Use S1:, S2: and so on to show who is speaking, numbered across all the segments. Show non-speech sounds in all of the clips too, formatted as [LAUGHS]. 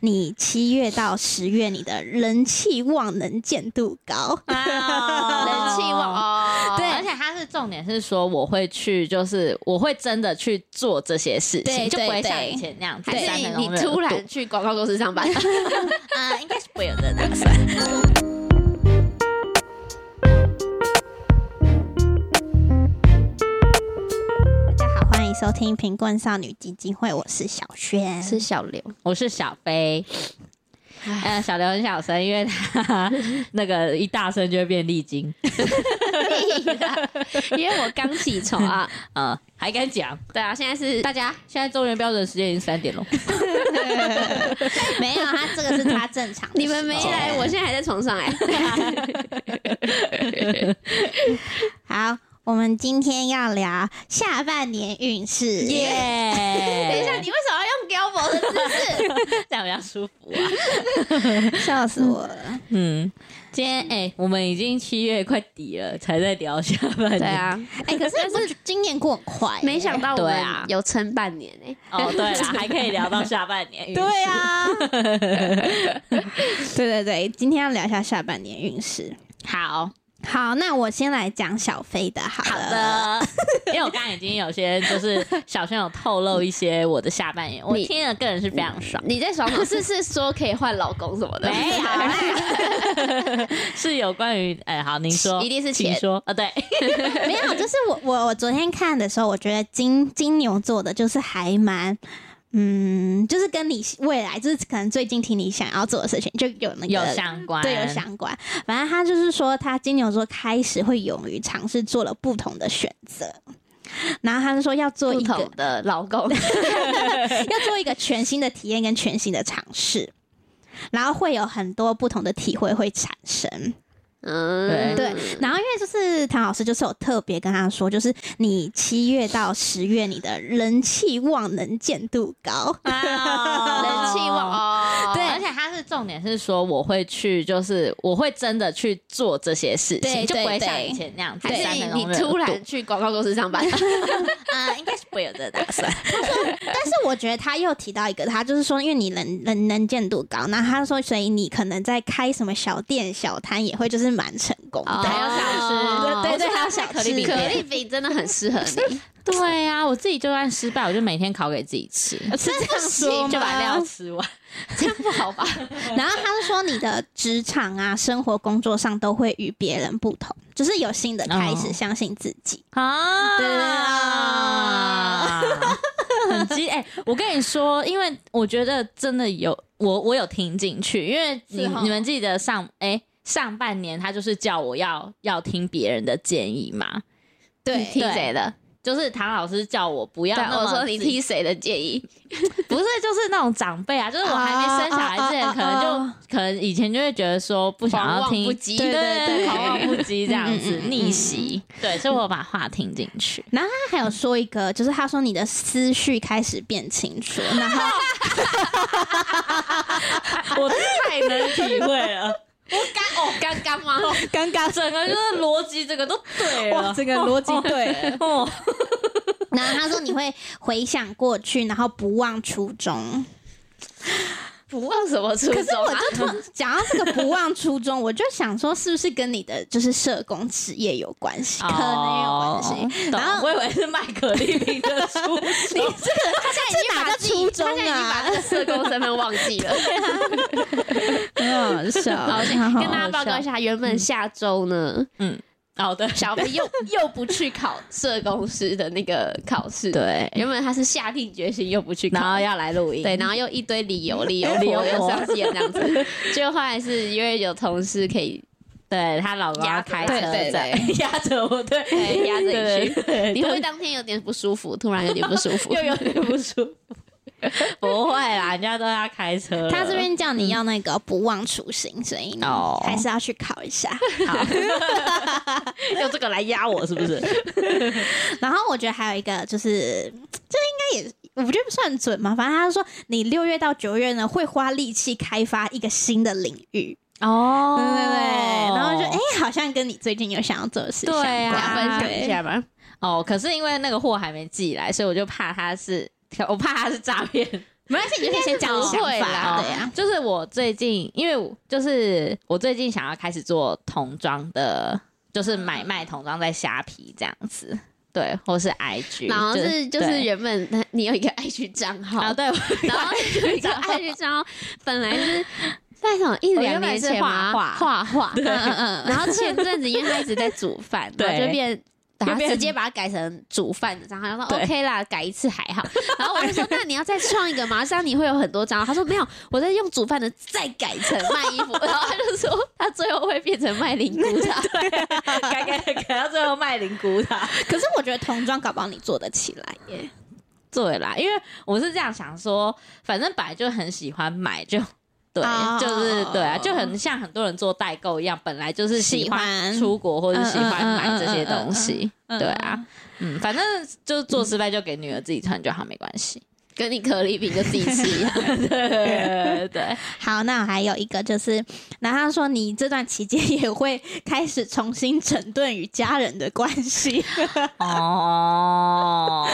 S1: 你七月到十月你的人气望能见度高。
S2: 哇
S3: 人气旺哦，
S2: 对，而且他是重点是说我会去，就是我会真的去做这些事
S1: 对
S2: 情，就不会
S1: 对
S2: 像
S1: 对
S2: 以前那样子
S3: 还
S2: 三
S3: 是
S2: 分
S3: 你
S2: 钟
S3: 你
S2: 热
S3: 突
S2: 度
S3: 然去广告公司上班？
S2: 啊，应该是不会有这个打算。
S1: 大家好，欢迎收听贫困少女基金会，我是小轩。
S3: 是小刘，
S2: [LAUGHS] 我是小飞，呃，小刘很小声，因为他那个一大声就会变历经，
S3: [LAUGHS] 因为我刚起床啊。
S2: 呃，还敢讲？
S3: 对啊，现在是大家
S2: 现在中原标准时间已经三点了，
S1: 没有，他这个是他正常的时 [LAUGHS] 间。
S3: 你们没来，我现在还在床上哎、
S1: 好。我们今天要聊下半年运势，
S3: 等一下，
S2: 耶！
S3: 你为什么要用 g i l b o 的姿势？
S2: 这样比较舒服啊。
S1: 笑死我了！
S2: 嗯，今天哎、我们已经七月快底了，才在聊下半年。
S3: 对，啊，
S1: 哎、可是不是今年过很快、
S3: 没想到我
S2: 对
S3: 们
S2: 啊
S3: 有撑半年哎、
S2: 哦对了，还可以聊到下半年。
S1: 对 [LAUGHS] 啊，对对对，今天要聊一下下半年运势。
S2: 好
S1: 好，那我先来讲小飞的好了。
S2: 好，的，因为我刚刚已经有些就是小轩有透露一些我的下半年，我
S3: 你
S2: 听了个人是非常爽，
S3: 你在爽什么？是是说可以换老公什么的？
S1: 哎
S2: 没
S1: [LAUGHS]
S2: 有啦是有关于哎、好，您说
S3: 一定是
S2: 请
S3: 钱
S2: 说啊，对， [LAUGHS]
S1: 没有，就是我我我昨天看的时候，我觉得金金牛座的就是还蛮。嗯，就是跟你未来，就是可能最近听你想要做的事情，就有那个
S2: 有相关，
S1: 对有相关。反正他就是说，他金牛座开始会勇于尝试做了不同的选择，然后他就说要做
S3: 不
S1: 一个
S3: 同的老
S1: [LAUGHS]
S3: 公，
S1: 要做一个全新的体验跟全新的尝试，然后会有很多不同的体会会产生。
S3: 嗯，
S1: 对，然后因为就是唐老师就是有特别跟他说，就是你七月到十月你的人气旺能见度高，
S3: 人
S2: 人
S3: 气旺哦，
S2: 对，而且他是重点是说我会去，就是我会真的去做这些事情，
S1: 对
S2: 就不会
S1: 对
S2: 像
S1: 对
S2: 以前那样子
S3: 还
S2: 三
S3: 是
S2: 分
S3: 你
S2: 钟
S3: 你
S2: 热
S3: 突
S2: 度
S3: 然去广告公司上班？
S2: 啊，应该是不会有这个打算。
S1: 但是我觉得他又提到一个，他就是说，因为你能能能见度高，那他说，所以你可能在开什么小店小摊也会就是蛮成功的。
S3: 哦
S2: 还有小吃，
S3: 哦
S2: 对对，
S1: 我
S2: 还有
S1: 是
S2: 小
S1: 要
S2: 可
S1: 开
S2: 丽饼
S3: 可
S2: 店。
S3: 丽饼真的很适合你，
S2: 对呀，我自己就算失败，我就每天烤给自己吃，
S3: 是这样
S1: 说吗
S2: [LAUGHS] 就把料吃完。
S3: 这样不好吧？
S1: 然后他就说，你的职场啊、生活、工作上都会与别人不同，就是有新的开始，
S2: 哦
S1: 相信自己。
S2: 啊，
S1: 对啊
S2: 很激哎、我跟你说，因为我觉得真的有我，我有听进去，因为你、
S1: 是哦
S2: 你们记得上哎、上半年他就是叫我要要听别人的建议嘛，
S3: 你听谁的？
S2: 就是唐老师叫我不要
S3: 对，
S2: 那么
S3: 我说你
S2: 自己
S3: 听谁的建议？
S2: 不是，就是那种长辈啊，就是我还没生小孩之前，
S1: 啊啊啊
S2: 可能就、
S1: 啊
S2: 可能以前就会觉得说不想
S3: 狂
S2: 要
S3: 妄
S2: 听，
S3: 不羁
S2: 对对
S1: 对对
S2: 对，狂
S3: [LAUGHS]
S2: 妄不羁这样
S1: 嗯
S2: 子
S1: 嗯嗯
S2: 逆袭，对，所以我把话听进去。
S1: 然后他还有说一个，就是他说你的思绪开始变清楚，然后
S2: 我太能体会了， [LAUGHS]
S3: 哦，刚刚吗？
S1: 刚刚
S2: 整个就是逻辑，这个都对了，
S1: 个逻辑对了。
S2: 哦，
S1: 然后他说你会回想过去，然后不忘初衷。
S3: 不忘什么初
S1: 可是
S3: 衷
S1: 我
S3: 啊？
S1: 就突然讲到这个不忘初衷，我就想说是不是跟你的就是社工职业有关系？可能有关系。
S2: 系。
S1: 然后
S2: 哦懂我以为是麦可丽萍的书，
S3: 他现在已经
S1: 哪
S3: 把
S1: 个
S3: 自己
S1: 初衷啊
S3: 他现在已经把这个社工身份忘记
S2: [LAUGHS]
S3: 了。
S1: 很好笑，
S3: 好，先跟大家报告一
S2: 笑
S3: 下，原本下周呢，
S2: 哦对，
S3: 小飞又 [LAUGHS] 又不去考社工师的那个考试，，
S2: 对，
S3: 原本他是下定决心又不去
S2: 然
S3: 考
S2: 后。要来录音，
S3: 对，然后又一堆理由，
S2: [LAUGHS]
S3: 理由
S2: 理
S3: 理
S2: 由
S3: 由
S2: 婆
S3: 又上线这样子，结果后来是因为有同事可以
S2: 对她老公要
S3: 压着
S2: 开
S3: 我
S2: 车
S3: 对对
S2: 在压着我，对
S3: 对压着你
S2: 对
S3: 去
S2: 对对
S3: [LAUGHS] 你会不会当天有点不舒服，突然有点不舒
S2: [LAUGHS]
S3: 服，
S2: 又有点不舒服。 [LAUGHS] 不会啦，人家都要开车了。
S1: 他这边叫你要那个不忘初心，所以你
S2: 哦
S1: 还是要去考一 [LAUGHS] 下。
S2: 用这个来压我，是不是？
S1: 然后我觉得还有一个就是，这应该也我觉得不算准嘛，反正他说你六月到九月呢会花力气开发一个新的领域，
S2: 哦
S1: 对对对，然后就哎、好像跟你最近有想要做的事情，
S2: 对
S3: 你要
S2: 啊
S3: 分享一下吗？
S2: 哦，可是因为那个货还没寄来，所以我就怕他是，我怕他是诈骗。
S1: 没关系，你就可以先讲你想
S3: 应该是不会
S1: 法，
S3: 啦啊
S1: 对呀、
S2: 哦就是我最近，因为我就是我最近想要开始做童装的，就是买卖童装在虾皮这样子，对，或是 IG，
S3: 然后是就是
S2: 对
S3: 原本他你有一个 IG 账号，
S2: 啊，对，[LAUGHS]
S3: 然后有一个 IG 账号本来是在什么一两年
S2: 我原本是
S3: 前嘛
S2: 画画
S3: 画
S2: [LAUGHS]
S3: 画，
S2: 对
S3: 嗯嗯嗯然后前阵子因为他一直在煮饭，
S2: 对
S3: 然后就变。
S2: 就
S3: 他
S2: 变
S3: 直接把它改成煮饭的账号，然后说
S2: 对
S3: OK 啦，改一次还好。然后我就说，那你要再创一个吗？这样你会有很多账号。他说没有，我在用煮饭的再改成卖衣服。然后他就说，他最后会变成卖灵啊
S2: [LAUGHS]
S3: 骨塔。
S2: 改改改到最后卖灵骨塔。
S1: 可是我觉得童装搞不好你做得起来耶。
S2: 对啦，因为我是这样想说，反正本来就很喜欢买，就对
S1: 哦
S2: 就是对啊，就很像很多人做代购一样，本来就是喜欢
S1: 喜欢
S2: 出国或者喜欢
S1: 嗯
S2: 买
S1: 嗯嗯
S2: 这些
S1: 嗯嗯
S2: 东西，
S1: 嗯
S2: 对啊，嗯，反正就是做失败就给女儿自己穿就好，没
S1: [LAUGHS]
S2: 关系。
S3: 跟你可丽饼就自己吃一样，
S2: 对对，
S1: 好，那我还有一个就是，然后他说你这段期间也会开始重新整顿与家人的关系， [LAUGHS]
S2: 哦，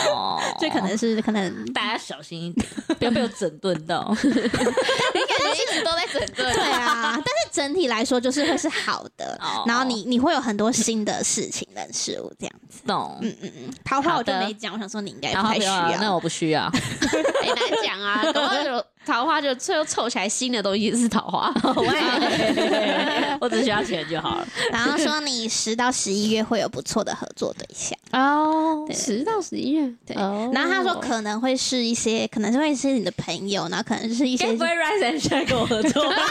S1: 这可能是可能
S2: 大家小心一点，不要被我整顿
S1: [LAUGHS]
S2: 到。
S3: 你感觉一直都在整顿。
S1: 对啊， [LAUGHS] 但是整体来说就是会是好的
S2: 哦，
S1: 然后你你会有很多新的事情跟事物这样子。
S2: 懂，
S1: 嗯嗯嗯，桃花
S2: 好
S1: 我就
S2: 的
S1: 没讲，我想说你应该也
S2: 然
S1: 不
S2: 后啊
S1: 太需要。
S2: 那我不需
S1: [LAUGHS]
S2: 要。 [LAUGHS]
S3: 很难讲啊，搞不好有桃花就最后凑起来新的东西是桃 [LAUGHS] 花，
S2: 我只需要钱就好了。
S1: 然后说你十到十一月会有不错的合作对象，
S2: 哦，
S3: 十到十一月，对
S2: 哦
S1: 然后他说可能会是一些，可能是会是你的朋友，然后可能是一些
S2: 该不会 Rise and Shine 跟我合作吧？ [LAUGHS]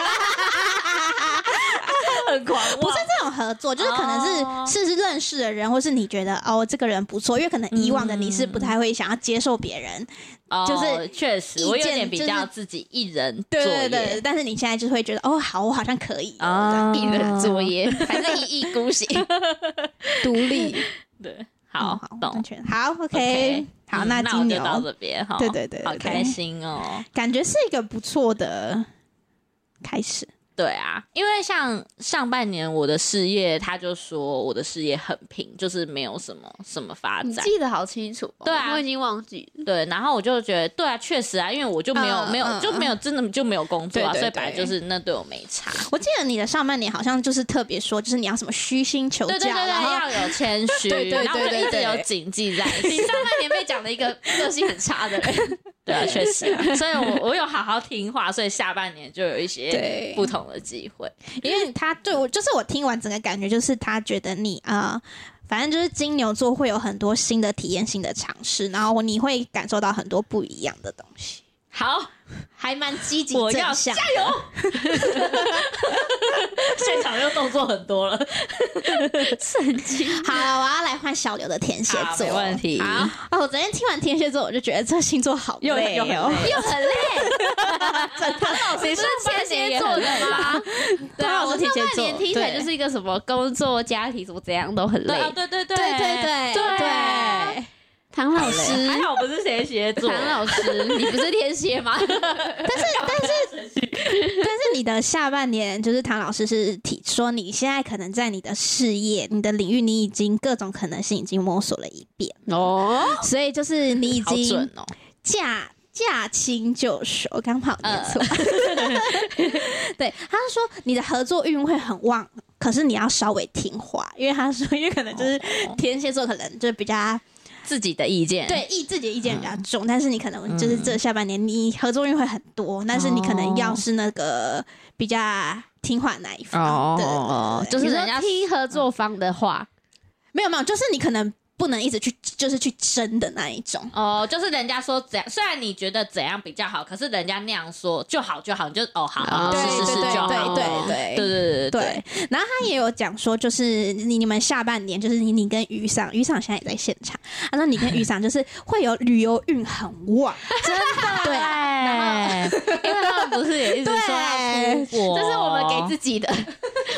S2: 很狂妄，
S1: 不是这种合作，就是可
S2: 哦
S1: 能是是认识的人，或是你觉得哦这个人不错，因为可能以往的你是
S2: 嗯
S1: 不太会想要接受别人，
S2: 哦
S1: 就是
S2: 确实，
S1: 意见
S2: 我有点比
S1: 就
S2: 较
S1: 是
S2: 自己一人
S1: 对
S2: 作
S1: 对
S2: 业
S1: 对，但是你现在就会觉得哦好，我好像可以哦这样
S2: 啊，
S3: 一人作业， [LAUGHS] 反正一意孤行，
S1: 独立。
S2: 对，好
S1: 嗯
S2: 懂
S1: 完。全嗯好
S2: OK，
S1: ，OK，好，
S2: 嗯
S1: 那
S2: 那我
S1: 金
S2: 就到
S1: 牛
S2: 这边哈。
S1: 对对对对
S2: 好
S1: 对
S2: 开心哦。
S1: 感觉是一个不错的开始，
S2: 对啊，因为像上半年我的事业，他就说我的事业很平，就是没有什么什么发展。
S3: 得好清楚哦，
S2: 对啊
S3: 已经忘记了，
S2: 对，然后我就觉得，对啊，确实啊，因为我就没有、
S1: 嗯
S2: 没有
S1: 嗯
S2: 就没有真的就没有工作啊，
S1: 对对
S2: 所以本来
S1: 对
S2: 就是那对我没差。
S1: 我记得你的上半年好像就是特别说，就是你要什么虚心求
S2: 对
S1: 教，
S2: 对对
S1: 然后
S2: [LAUGHS] 对，要有谦虚，
S1: 对对对
S2: 然后我就
S1: 对
S2: 一直
S1: 对
S2: 有谨记在
S3: 你
S2: 心。
S3: 上半年被讲了一个个性很差的人，
S2: [LAUGHS] 对啊，确实啊， [LAUGHS] 所以我我有好好听话，所以下半年就有一些
S1: 对
S2: 不同的机会。
S1: 因为他对我，就是我听完整个感觉，就是他觉得你啊、呃反正就是金牛座会有很多新的体验、新的尝试，然后你会感受到很多不一样的东西，
S2: 好，
S1: 还蛮积极
S2: 我
S1: 正
S2: 要
S1: 向。
S2: [LAUGHS] 现场又动作很多 [LAUGHS] 了，
S3: 神经。
S1: 好，我要来换小刘的天蝎
S2: 好
S1: 座，
S2: 没问题
S1: 好，哦，我昨天听完天蝎座，我就觉得这星座好
S2: 又
S1: 累
S2: 又很
S1: 哦。
S2: 累
S3: 又很 [LAUGHS] 累，
S2: 老
S3: 你是天蝎座的吗？
S1: 对啊我是天蝎座
S3: 上半年听起来
S1: 对
S3: 就是一个什么工作、家庭什么怎样都很
S2: 对
S3: 累
S2: 啊，。对对对
S1: 对对对
S2: 对
S1: 对，
S3: 唐老 [LAUGHS]
S2: 是还
S3: 师，
S2: 好我不是天蝎座，
S3: 唐老师，你不是天蝎吗？
S1: 但是你的下半年，就是唐老师是提说，你现在可能在你的事业、你的领域，你已经各种可能性已经摸索了一遍，
S3: 哦，
S1: 所以就是你已
S2: 好
S1: 经
S2: 准哦，
S1: 驾驾轻就熟。我刚好念错， [LAUGHS] 对，他是说你的合作运会很旺，可是你要稍微听话，因为他说，因为可能就是天蝎座，可能就比较
S2: 自己的意见，
S1: 对意自己的意见比较
S2: 嗯
S1: 重，但是你可能就是这下半年你合作运会很多，但是你可
S2: 哦
S1: 能要是那个比较听话那一方，对对
S2: 哦，
S1: 对
S2: 就是
S3: 欸你说
S2: 人家
S3: 听合作方的话，
S1: 没有没有，就是你可能不能一直去就是去争的那一种。
S2: 哦，就是人家说怎样，虽然你觉得怎样比较好，可是人家那样说就好就好，你就哦好好好，
S3: 哦
S1: 对
S2: 是是是
S1: 对
S2: 就好，
S1: 对对对
S2: 对对对对对
S1: 对，然后他也有讲说，就是你你们下半年，就是你你跟雨伞，雨伞现在也在现场。他说你跟雨伞就是会有旅游运很旺，真的对，
S2: 啊哎，因为他们不是也一直说要出国，
S3: 这是我们给
S2: 自
S3: 自己的，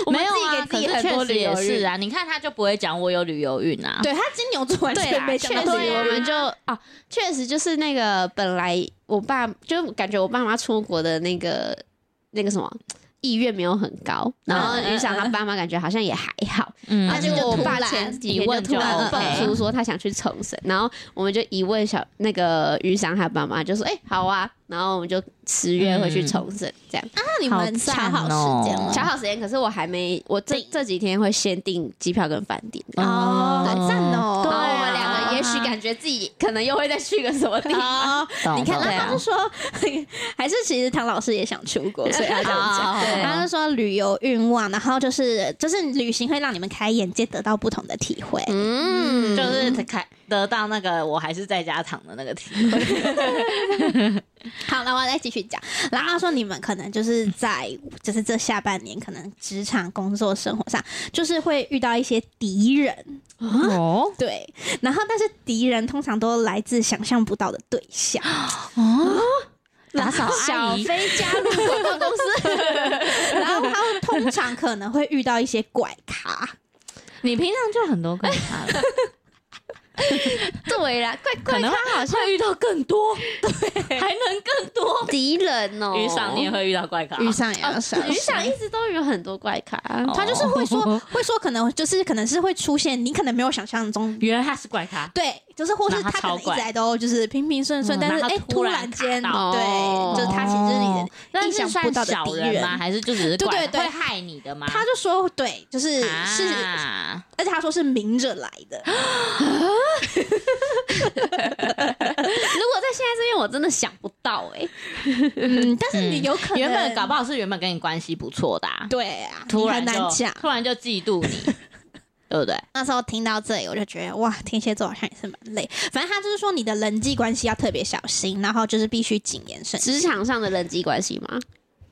S3: 我们
S2: 啊没有
S3: 自己
S2: 啊，
S3: 给自己
S2: 可
S3: 很
S2: 是
S3: 多
S2: 确实
S3: 理由
S2: 也是啊，你看他就不会讲我有旅游运啊，
S1: 对他金牛座完
S3: 哦对
S1: [LAUGHS] 全
S3: 啦，
S1: 没
S3: 确
S1: 讲
S3: 实
S1: 到旅游
S3: 我
S1: 运
S3: 们就啊，确实就是那个本来我爸就感觉我爸妈出国的那个那个什么意愿没有很高，然后
S2: 嗯
S3: 于想他爸妈感觉好像也还好，
S2: 嗯，
S1: 他
S3: 那
S1: 就
S3: 结果我
S1: 突
S3: 爸
S1: 然
S3: 前几
S2: 一
S3: 天
S2: 问
S3: 就突
S2: 就
S3: 然
S1: OK
S3: 蹦出说他想去冲绳，然后我们就一问小那个于翔他爸妈就说，哎，好啊，然后我们就十月会去
S2: 嗯
S3: 重整这样。
S1: 那你们
S2: 好
S1: 查
S2: 赞
S1: 好
S2: 哦
S1: 时间吗
S3: 查？好时间，可是我还没，我这这几天会先订机票跟饭店。然后
S1: 哦，好赞哦！
S2: 对
S3: 我
S2: 啊
S3: 们两个也许感觉自己可能又会再去个什么地
S2: 啊
S3: 方，
S1: 好，你看，
S2: 懂啊
S1: 然后他就
S2: 懂
S1: 说，还是其实唐老师也想出国，所以
S2: 啊 [LAUGHS]
S1: 他这样讲。
S3: 哦
S2: 对
S1: 然后就说旅游运旺，然后就是就是旅行会让你们开眼界，得到不同的体会。
S3: 嗯，
S2: 就是开得到那个我还是在家躺的那个题，
S1: 好，那我再继续讲。然后他说你们可能就是在就是这下半年，可能职场、工作、生活上，就是会遇到一些敌人，
S2: 哦
S1: 对。然后但是敌人通常都来自想象不到的对象，
S2: 哦，
S3: 打
S2: 打
S3: 扫
S2: 扫
S3: 阿
S2: 阿
S3: 姨
S2: 姨
S3: 飞加入广告公司，
S1: [LAUGHS] 然后他们通常可能会遇到一些怪咖。
S2: 你平常就很多个他了，
S3: 对啦，怪
S2: 可
S3: 怪
S2: 能
S3: 他好像
S2: 会遇到更多，对，还能更多。
S3: 敌人哦，
S2: 雨赏你也会遇到怪咖，
S1: 上也要啊上
S3: 雨伞一直都有很多怪咖，
S2: 哦
S1: 他就是会说，会说可能就是可能是会出现你可能没有想象中，
S2: 原来他是怪咖，
S1: 对，就是或是
S2: 那他
S1: 他可
S2: 超
S1: 能一直
S2: 怪
S1: 来都就是平平顺顺，
S2: 嗯
S1: 但是
S2: 那他
S1: 哎
S2: 突然
S1: 然间，
S2: 卡
S3: 到
S1: 对，就是他其实是你的
S2: 哦，那是
S1: 意想不
S2: 算
S1: 到的
S2: 小
S1: 敌
S2: 人
S1: 人
S2: 吗？还是就只是
S1: 对对
S2: 怪
S1: 对
S2: 会害你的吗？
S1: 他就说对，就是是，
S2: 啊
S1: 而且他说是明着来
S2: [LAUGHS]
S1: 的，
S3: 如果在现在这边，我真的想不到哎、
S1: 嗯，但是你
S2: 嗯
S1: 有可能
S2: 原本搞不好是原本跟你关系不错的啊，
S1: 对啊，
S2: 突
S1: 很
S2: 然就
S1: 难讲。
S2: 突然就嫉妒你，对不对？
S1: 那时候听到这里，我就觉得哇，天蝎座好像也是蛮累。反正他就是说，你的人际关系要特别小心，然后就是必须谨言慎行。
S3: 职场上的人际关系吗？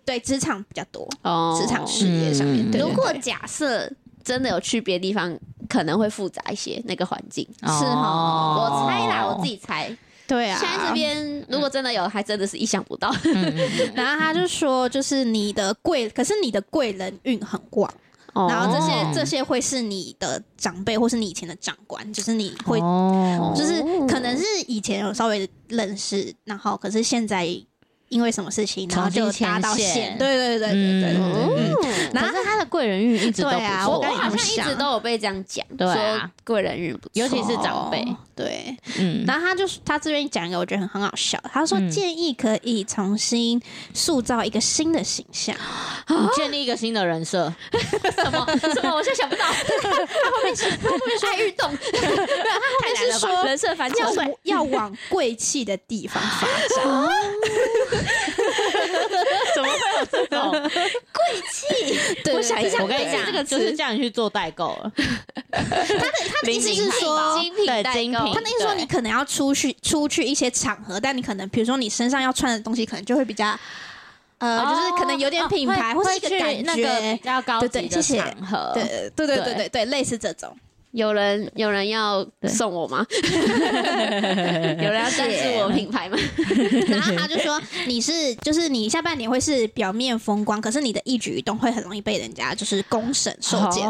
S1: 对，职场比较多，
S3: 哦
S1: 职场事业上面。
S2: 嗯
S1: 对对
S3: 如果
S1: 对
S3: 假设真的有去别的地方，可能会复杂一些那个环境。
S1: 是
S2: 哦
S1: 哦
S3: 我猜啦，我自己猜。
S1: 对啊，
S3: 现在这边如果真的有，还真的是意想不到。
S1: 然后他就说，就是你的贵，可是你的贵人运很旺，然后这些
S2: 哦
S1: 这些会是你的长辈或是你以前的长官，就是你会，
S2: 哦
S1: 就是可能是以前有稍微认识，然后可是现在因为什么事情，然后就
S2: 重新
S1: 搭到
S2: 牵线
S1: 线，对对对对对对对，
S2: 嗯
S1: 嗯
S3: 然
S1: 然
S3: 后
S1: 后
S2: 他的贵人运一直都不
S1: 对啊
S2: 错
S3: 我
S1: 跟你
S3: 好
S1: 不
S3: 像一直
S1: 像
S3: 都有被这样讲，
S2: 对啊
S3: 说贵人运不错，
S2: 尤其是长辈
S1: 哦对，
S2: 嗯
S1: 然后他就是他这边讲一个我觉得很很好笑，他说
S2: 嗯
S1: 建议可以重新塑造一个新的形象，
S2: 你建立一个新的人设，
S3: 什么什么，我现在 [LAUGHS] 想不到。他后面是他后面说运动， [LAUGHS]
S1: 他
S3: 太难
S1: 是
S3: 了吧
S1: 说
S3: 人设反
S1: 要
S3: 角色，
S1: [LAUGHS] 要往贵气的地方发 [LAUGHS] 展。
S2: 怎么会有这种？
S1: 对
S3: 我想一下
S2: [LAUGHS] 我跟你
S1: [LAUGHS]
S3: 这
S2: 讲，
S3: 个
S2: 就
S3: 词
S2: 是叫你去做代购了，
S1: 他的意思是
S3: 说
S1: 说，
S3: 精品
S2: 对
S3: 代
S2: 精
S3: 购
S2: 品
S1: 他的意思说你可能要出去出去一些场合，但你可能比如说你身上要穿的东西可能就会比较，呃，就是可能有点品牌、或
S2: 哦会
S1: 是一个
S2: 会去
S1: 感
S2: 那个
S1: 觉。
S2: 比较高级
S1: 对对
S2: 的
S1: 谢谢
S2: 场合，
S1: 对对对对
S2: 对
S1: 对对，类似这种，
S3: 有人有人要
S2: 对
S3: 送我吗？ [LAUGHS] 有人要赞助我品牌吗？
S1: 然后他就说你是就是你下半年会是表面风光，可是你的一举一动会很容易被人家就是公审受检视，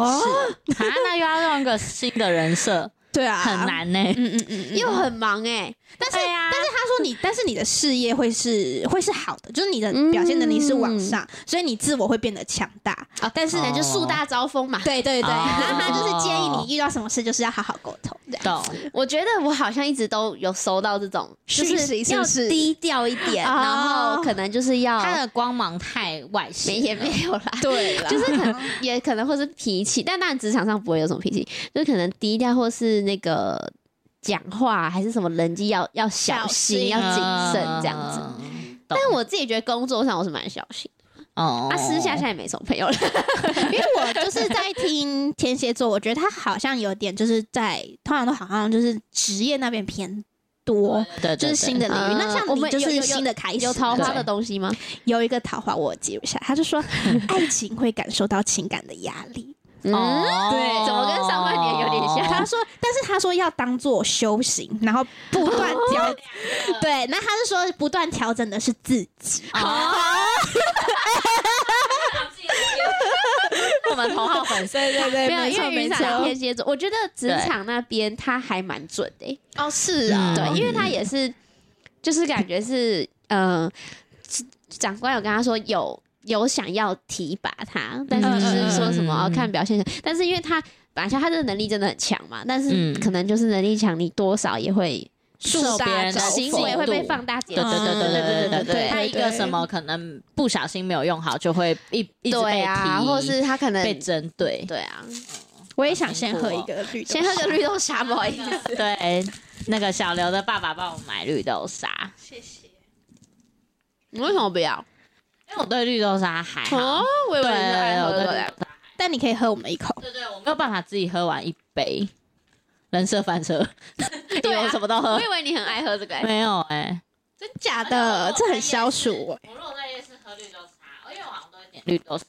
S2: [LAUGHS] 啊，那又要用一个新的人设，
S1: 对啊，
S2: 很。难呢、
S1: 嗯嗯嗯，嗯
S3: 又很忙哎，
S1: 但是、
S2: 对啊
S1: 但是他说你，但是你的事业会是会是好的，就是你的表现能力是往上，所以你自我会变得强大。
S3: 啊，但是呢，就树大招风嘛。
S1: 对对对，哦
S2: 哦
S1: 然后他就是建议你遇到什么事就是要好好沟通，这样
S2: 懂
S1: 子。
S2: [LAUGHS]
S3: 我觉得我好像一直都有收到这种，就
S1: 讯息是
S3: 要
S1: 不是
S3: 低调一点，
S1: 哦
S3: 然后可能就是要
S2: 他的光芒太外
S3: 没
S2: 显，
S3: 也没有啦，
S1: 对啦，
S3: 就是可能也可能会是脾气，但当然职场上不会有什么脾气，就是可能低调或是那个讲话啊还是什么人际要要小
S1: 小
S3: 心，
S1: 心
S3: 要谨慎
S2: 啊
S3: 这样子。
S2: 嗯。但
S3: 但我自己觉得工作上我是蛮小心，
S2: 哦
S3: 啊，私下现在也没什么朋友了。
S1: 因为我就是在听天蝎座，我觉得他好像有点就是在通常都好像就是职业那边偏多，
S2: 哦对，对
S1: 就是新的领域。
S3: 嗯
S1: 那像
S3: 我
S1: 你
S3: 们
S1: 哦就
S3: 有有
S1: 是
S3: 有
S1: 新的开始，
S3: 有桃花
S1: 对
S3: 的东西吗？
S1: 有一个桃花我记录下来，他就
S3: [LAUGHS]
S1: 说爱情会感受到情感的压力。
S3: 嗯，
S2: 哦
S3: 对怎么跟上半年有点像
S1: 他说，但是他说要当做修行，然后不断调，对，那他是说不断调整的是自己，
S2: [LAUGHS] 哦，我们同号粉丝，
S1: 对对对
S3: 没有，因为雨伞
S1: 错
S3: 天蝎座，我觉得职场那边他还蛮准的欸、
S1: 哦是
S2: 嗯
S1: 啊，
S3: 对，因为他也是，就是感觉是，嗯、长官有跟他说有有想要提拔他，但是就是说什么、
S2: 嗯嗯嗯
S3: 哦看表现，但是因为他本来像他这个能力真的很强嘛，但是
S2: 嗯
S3: 可能就是能力强，你多少也会
S1: 树
S2: 受别人的
S1: 大招
S3: 行为会被放大解
S2: 对
S3: 释。
S2: 对对对对对对对，他
S1: 对
S2: 一个什么可能不小心没有用好，就会一一直
S3: 对
S2: 被
S3: 啊，
S2: 踢
S3: 或是他可能
S2: 被针对。
S3: 对啊，
S1: 我也想先喝一个绿豆，
S3: 先喝个绿豆沙，不好意
S2: [LAUGHS]
S3: 思。
S2: 对，那个小刘的爸爸帮我买绿豆沙，
S1: 谢谢。
S3: 你为什么不要？
S2: 因为我哦对绿豆沙还好
S3: 哦。，我以为
S2: 对
S3: 你是爱喝
S2: 我对绿豆
S3: 的
S2: 沙。
S1: [LAUGHS] 但你可以喝我们一口，
S2: 对对，我没有办法自己喝完一杯， [LAUGHS] 人设反射，
S3: 对啊
S2: 我什么都
S3: 我
S2: 喝
S3: 以，为你很爱喝这个。
S2: [LAUGHS] 没有哎、
S1: 真假的？ [LAUGHS] 这很消暑哎、
S2: 我如果在夜市喝绿豆茶，因为我好像都会点绿豆沙。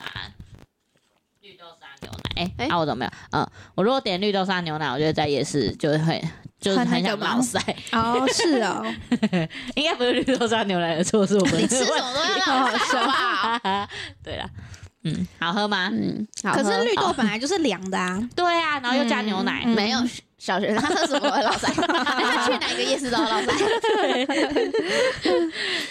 S2: 绿豆沙牛奶，哎、
S3: 哎
S2: 啊，我怎么没有？嗯，我如果点绿豆沙牛奶，我觉得在夜市就会就是
S1: 很那
S2: 很
S1: 个
S2: 想
S1: 吗
S2: 冒塞。
S1: 哦，是哦， [LAUGHS]
S2: 应该不是绿豆沙牛奶的错，是我 [LAUGHS] 们
S3: 你
S2: 的
S3: 吃什
S2: 问
S3: 么都要
S2: 题
S3: 让我吃好不好？
S2: 对啦，嗯，好喝吗？
S3: 嗯，好喝。
S1: 可是绿豆本来就是凉的啊。
S2: 对啊，然后又加牛奶，
S1: 嗯
S3: 没有小学生他喝什么老塞， [LAUGHS] 他去哪个夜市都要老塞。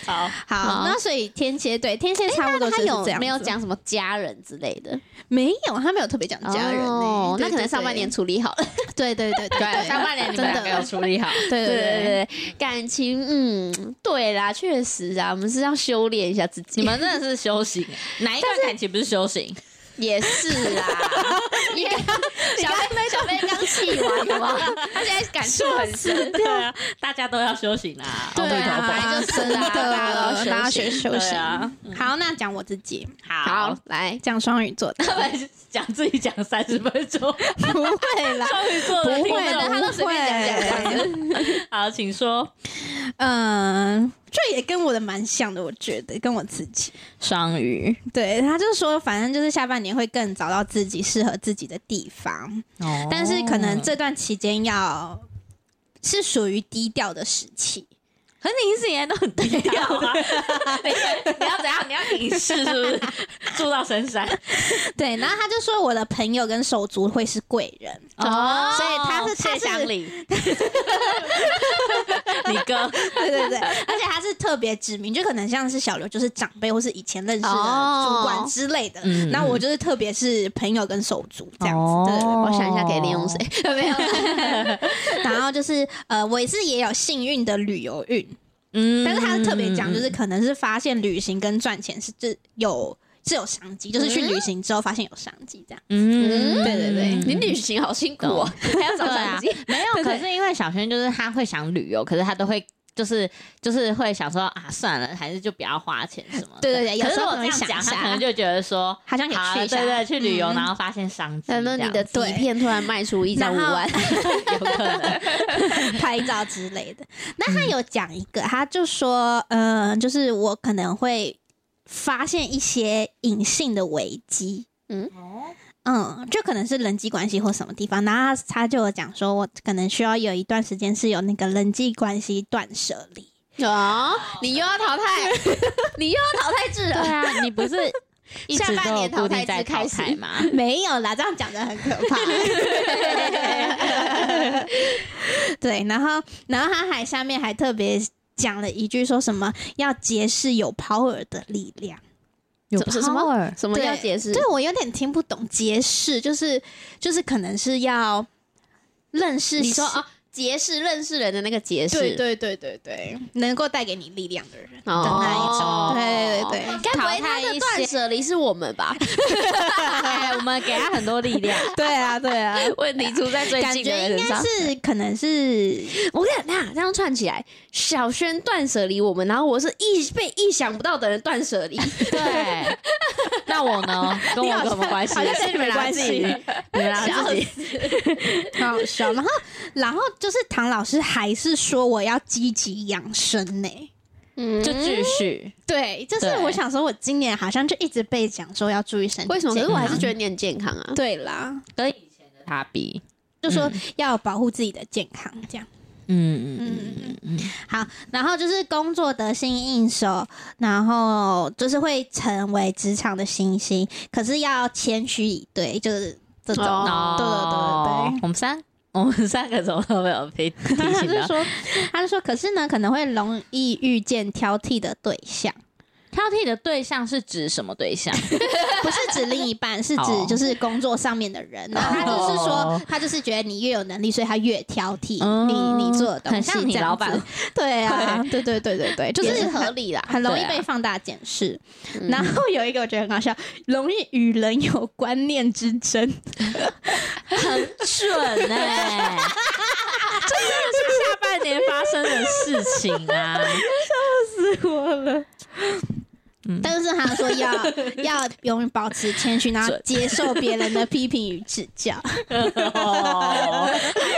S2: 好，
S1: 好，
S3: 好
S1: 那所以天蝎对天蝎差不多就
S3: [LAUGHS] 他
S1: 是这
S3: 有
S1: 样子，
S3: 没有讲什么家人之类的？
S1: 没有，他没有特别讲家人、欸、
S3: 哦，
S1: 对
S3: 那可能上半年，处理好了。
S1: 对对对对对对，
S2: 上半年你
S1: 真
S2: 们两
S1: 的
S2: 个有处理好，
S1: 对对对
S3: 对对，感情，嗯，对啦，确实啊，我们是要修炼一下自
S2: [LAUGHS]
S3: 己。
S2: 你们真的是修行，哪一段感情不是修行？
S3: [LAUGHS] 也是 [LAUGHS] 啦，你 [LAUGHS] 看小飞小飞刚气完了吗？他现在感触很深。
S2: [LAUGHS] 对啊，大家都要修行啊，
S1: 对
S2: 对
S1: 啊，
S3: 本来就是啊大家都要
S1: 大家
S3: 休
S1: 学嗯
S3: 息
S1: 休息
S2: 对啊。
S1: 好，那讲我自己，
S2: 好
S3: [LAUGHS] 好，，来，
S1: 讲双鱼座的，
S2: 他们讲自己讲三十分钟，
S1: [LAUGHS]
S2: 双
S1: 不会啦，
S2: 鱼座
S1: [LAUGHS]
S2: 的
S1: 不
S2: 听
S1: 会
S2: 众
S1: 的，
S3: 他都随便讲讲这
S1: 讲
S2: 好，请说
S1: 嗯，这也跟我的蛮像的，我觉得跟我自己。
S2: 双鱼
S1: 对，他就说，反正就是下半年会更找到自己适合自己的地方，
S2: 哦
S1: 但是可能这段期间要是属于低调的时期。
S2: 可是你一直以来都很低调
S1: [LAUGHS]
S2: 啊，你你要怎样？你要隐士是不是？住到深山
S1: 对，然后他就说我的朋友跟手足会是贵人，
S2: 哦，
S1: 所以他是他
S2: 谢
S1: 是
S2: 乡里， [LAUGHS] 你哥
S1: 对对对，而且他是特别指明，就可能像是小刘就是长辈或是以前认识的主管之类的，
S2: 哦嗯
S1: 那我就是特别是朋友跟手足这样子，对对对
S2: 哦
S3: 我想一下可以利用谁？
S2: [LAUGHS]
S3: 没有啦，
S1: [LAUGHS] 然后就是呃，我也是也有幸运的旅游运，[LAUGHS]
S2: 嗯
S1: 但是他是特别讲，就是可能是发现旅行跟赚钱是这有是有商机，就是去旅行之后发现有商机这样。
S2: 嗯
S3: 嗯，
S1: 对对对
S3: 你旅行好辛苦哦，还要找相机。
S2: 没有，可是因为小轩就是他会想旅游，可是他都会就是就是会想说啊，算了，还是就不要花钱什么的。
S1: 对对对有
S2: 可
S1: 时
S2: 是
S1: 候可
S2: 我这
S1: 能
S2: 样
S1: 想
S2: 讲，
S1: 一
S2: 他
S1: 下
S2: 可能就觉得说，
S1: 好像
S2: 好，啊
S1: 也去
S2: 对
S1: 一下，
S2: 对，去旅游，
S1: 嗯
S2: 然后发现商机这
S3: 可
S2: 样子，
S3: 能你的 [LAUGHS] 底片突然卖出一张五万，
S2: 有可能，
S1: [LAUGHS] 拍照之类的。那他有讲一个，他就说，嗯、就是我可能会发现一些隐性的危机，
S2: 哦，
S1: 嗯，就可能是人际关系或什么地方。然后他他就有讲说，我可能需要有一段时间是有那个人际关系断舍离。
S3: 哦，你又要淘 [LAUGHS] 汰，你又要淘汰制
S2: 对
S3: 了。
S2: 啊，你不是一直
S3: 下半
S2: 都有
S3: 年淘
S2: 固定
S3: 汰
S2: 在
S3: 制
S2: 淘
S3: 开始
S2: 汰吗？
S1: 没有啦，这样讲的很可怕。对，然后然后他还下面还特别讲了一句，说什么要结识有 power 的力量。
S2: 有
S3: 什什么什么
S1: 对
S3: 要解释？
S1: 对我有点听不懂结识，就是就是可能是要认识
S3: 你说哦，结识认识人的那个结识，
S1: 对对对对对，能够带给你力量的人。
S3: 哦，
S1: 的那一种对对对对
S3: 该不会他的断舍离是我们吧？
S2: 哎，我们给他很多力量。
S1: [LAUGHS] 对啊，对
S3: [LAUGHS]
S1: 啊，
S3: [LAUGHS] 问题出在最
S1: 感
S3: 近的
S1: 觉应
S3: 人
S1: 该
S3: 上。
S1: 是可能是
S3: 我跟你讲，这样串起来，小轩断舍离我们，然后我是意被意想不到的人断 [LAUGHS] 舍离，
S2: 对，那我呢？跟我有什么关系？
S3: 好像跟你们俩自己
S2: 你们俩自己。
S1: 好好笑。然后，然后就是唐老师还是说我要积极养生呢、
S3: 嗯
S2: 就继续。
S1: 对，就是
S2: 对
S1: 我想说，我今年好像就一直被讲说要注意身体健康。
S3: 为什么？可是我还是觉得你很健啊康啊。
S1: 对啦，
S2: 跟以前的他比，
S1: 就说要保护自己的健康这样。
S2: 嗯
S1: 嗯
S2: 嗯
S1: 嗯
S2: 嗯嗯，
S1: 好，然后就是工作得心应手，然后就是会成为职场的新星，可是要谦虚以对，就是这种。
S3: 哦
S1: 对对对对。
S2: 哦我们三 [LAUGHS] 我们三个怎么都没有被提
S1: 他
S2: 醒
S1: [LAUGHS] 就
S2: 到。
S1: 说，他就说，可是呢，可能会容易遇见挑剔的对象。
S2: 挑剔的对象是指什么
S1: [LAUGHS]
S2: 对象？
S1: 不是指另一半，是
S2: 哦
S1: 指就是工作上面的人。然后他就是说，他就是觉得你越有能力，所以他越挑剔
S2: 嗯
S1: 你你做的东西。
S2: 很像你
S1: 这样
S2: 老板
S1: 子，对啊，对对对对对，就
S3: 也
S1: 是
S3: 是合
S1: 很
S3: 理啦。
S1: 很容易
S2: 对啊
S1: 被放大检视。
S3: 嗯
S1: 然后有一个我觉得很搞笑，容易与人有观念之争。
S2: 准
S1: 欸
S2: 哎、 [LAUGHS] 这真的是下半年发生的事情
S1: [LAUGHS]
S2: 啊！
S1: 我了。
S2: 嗯
S1: 但是他说
S2: [LAUGHS]
S1: 要要永远保持谦虚，然后
S2: 准
S1: 接受别人的批评与指教。
S2: 哦，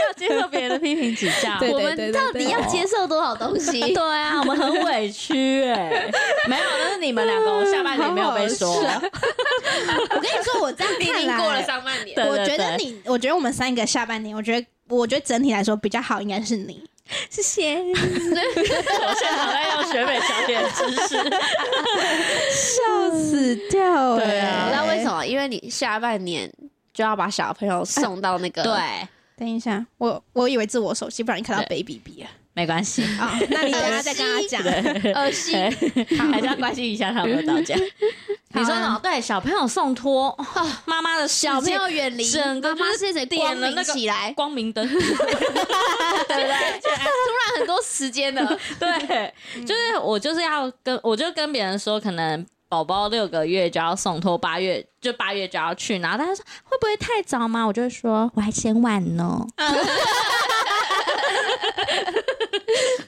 S2: 要接受别人的批评指教。
S1: 对
S3: 我
S1: 对
S3: 们到底要接受多少东西？
S2: 对
S3: [LAUGHS]
S2: 啊，我们很委屈哎、
S1: [LAUGHS]
S2: 没有，那是你们两个，我下半年没有被说。
S1: 好好 [LAUGHS] 我跟你说，我这样
S3: 已
S1: 看
S3: 经
S1: 来，
S3: 过了上半
S2: [LAUGHS]
S3: 年，
S2: 对
S1: 我
S2: 对
S1: 觉得
S2: 对
S1: 你，我觉得我们三个下半年，我觉得，我觉得整体来说比较好，应该是你。谢谢，
S2: 我现场在用学美小姐的知识。
S1: 笑死掉
S2: 对啊
S3: 你知道为什
S1: 么？
S3: 么？因为你下半年就要把小朋友送到那个
S2: 对，
S1: 等一下，我我以为是我手机，不然你看到
S2: 对呃
S1: baby B 了。
S2: 没关系，
S1: 啊，那你等一下再跟他讲。
S3: 恶心。
S2: 还是要关心一下他们的道歉。你说什么？对，小朋友送托，哦妈妈的世界
S3: 小朋友远离，
S2: 整个
S3: 妈妈
S2: 就是
S3: 得光
S2: 点了
S3: 明
S2: 那个
S3: 起来，
S2: 光明灯。
S3: 对不对？突然很多时间的，
S2: [LAUGHS] 对，就是我就是要跟我就跟别人说，可能宝宝六个月就要送托，八月就八月就要去，然后大家说会不会太早吗？我就会说我还嫌晚呢。
S1: [LAUGHS]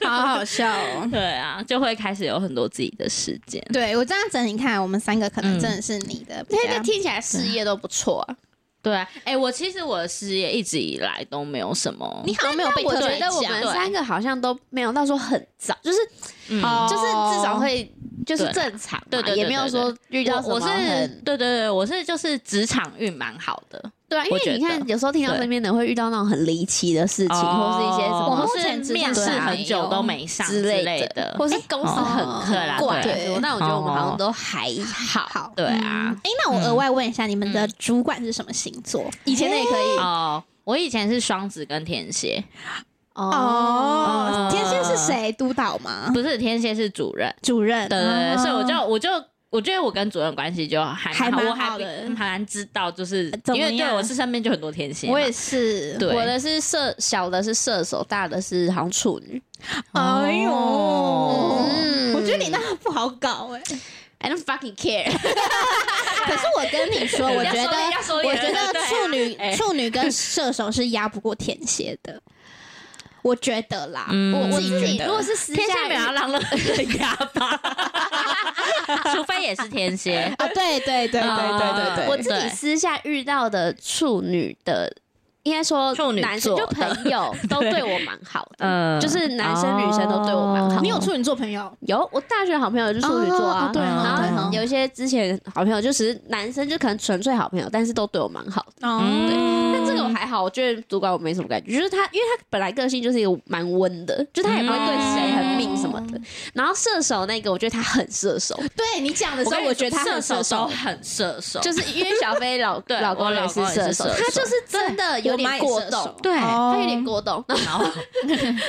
S1: 好好笑哦。
S2: 对啊，就会开始有很多自己的时间。
S1: 对我这样整体看来，我们三个可能真的是你的比
S3: 那
S1: 较
S3: 个听起来事业都不错啊。
S2: 对啊，哎、我其实我的事业一直以来都没有什么，
S1: 你好像没有被
S3: 我
S1: 特
S3: 觉
S1: 别
S3: 得我
S1: 讲
S3: 们
S2: 对
S3: 三个好像都没有到说很早，就是
S2: 嗯
S1: 哦
S3: 就是至少会就是
S2: 对
S3: 正常嘛，
S2: 对对对
S3: 也没有
S2: 对对
S3: 说遇到
S2: 我
S3: 什么
S2: 我是
S3: 很
S2: 对对对，我是就是职场运蛮好的，
S3: 对啊，因
S2: 我觉得
S3: 为你看有时候听到
S2: 对
S3: 身边的人会遇到那种很离奇的事情，哦或是一些什
S1: 我
S3: 么
S1: 目前
S2: 哦是
S1: 职
S2: 面
S1: 场啊
S2: 试
S1: 上
S2: 很久
S1: 没有
S2: 都没上
S3: 之
S2: 类
S3: 类
S2: 的
S3: 或是公司很
S1: 哦
S2: 对啦
S3: 很怪
S1: 对
S3: 的，那我觉得我们好像
S2: 哦
S3: 都还好。
S1: 好。
S2: 对啊，
S1: 哎，那我额外问一下，你们的主管是什么星座？嗯以前的也可以
S2: 哦，我以前是双子跟天蝎，
S1: 哦
S2: 嗯。
S1: 天蝎是谁？督导吗？
S2: 不是天蝎是主任，
S1: 主任。
S2: 对对对，
S1: 哦
S2: 所以我就我就我觉得我跟主任关系就还
S1: 还蛮
S2: 我
S1: 好
S2: 还比
S1: 的
S2: 嗯还蛮知道，就是
S1: 怎么
S2: 因为对
S1: 样
S2: 我是身边就很多天蝎嘛，
S1: 我也是。
S2: 对，
S3: 我的是射，小的是射手，大的是好像处女。
S1: 哎呦，
S2: 哦
S1: 我觉得你那个不好搞哎、
S3: I don't fucking care。
S1: 可是我跟 [LAUGHS] 你说，我觉得
S2: 要收敛
S1: 我觉得处女、
S2: [LAUGHS] 哎
S1: 处女跟射手是压不过天蝎的，我觉得啦，
S2: 嗯
S1: 我
S3: 我
S1: 我
S3: 自
S1: 自
S3: 己
S1: 己
S3: 如
S1: 觉
S3: 果
S1: 得。
S3: 是私
S2: 天
S3: 下
S2: 蝎没有要
S3: 遇
S2: 让任何人压吧， [LAUGHS] 除非也是天蝎。
S1: 啊，对对对对对对对，
S3: 我自己
S2: 对
S3: 私下遇到的处女的，应该说
S2: 处女
S3: 男生
S2: 座
S3: 就
S2: 的
S3: 朋
S2: [LAUGHS]
S3: 友都对我蛮好的，
S2: 嗯哦
S3: 就是男生女生都对我蛮好。
S1: 你有处女座朋友？
S3: 有我大学好朋友就是处女座啊
S1: 哦，对哦
S2: 对
S3: 然
S2: 哦
S3: 后有一些之前好朋友就只是男生就可能纯粹好朋友，但是都对我蛮好的。
S1: 哦、
S2: 嗯，
S3: 但这个我还好，我觉得主管我没什么感觉，就是他，因为他本来个性就是一个蛮温的，就他也不会对谁很命什么的。然后射手那个，我觉得他很射手，
S1: 对你讲的时
S2: 所
S1: 候，
S2: 以
S1: 我觉得他
S2: 射
S1: 很
S2: 手
S1: 射
S2: 都
S1: 手，
S2: 很射手，
S3: [LAUGHS] 就是因为小飞 [LAUGHS] 老
S2: 对
S3: 老公
S2: 我
S3: 也
S2: 老
S3: 是
S2: 公也
S3: 射
S2: 是
S3: 手，
S2: 射
S3: 他
S2: 手
S3: 就是真的有
S1: 我妈
S3: 点
S1: 也是
S3: 过
S1: 射
S3: 动
S1: 手，
S3: 对嗯他
S1: 哦
S3: 有点过动。
S2: 然后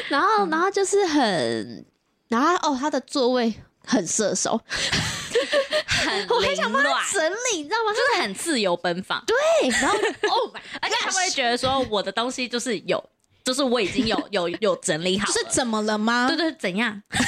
S3: 然后，然后就是很，然后他哦，他的座位很射手，
S1: [LAUGHS]
S2: 很凌乱，
S3: 整理你知道吗？
S2: 就是很自由奔放。
S3: 对， [LAUGHS] 然后 Oh my，
S2: 而且他会觉得说我的东西就是有，就是我已经有有有整理好
S1: 就
S2: 了，
S1: 是怎么了吗？
S2: 对对怎样？
S3: 我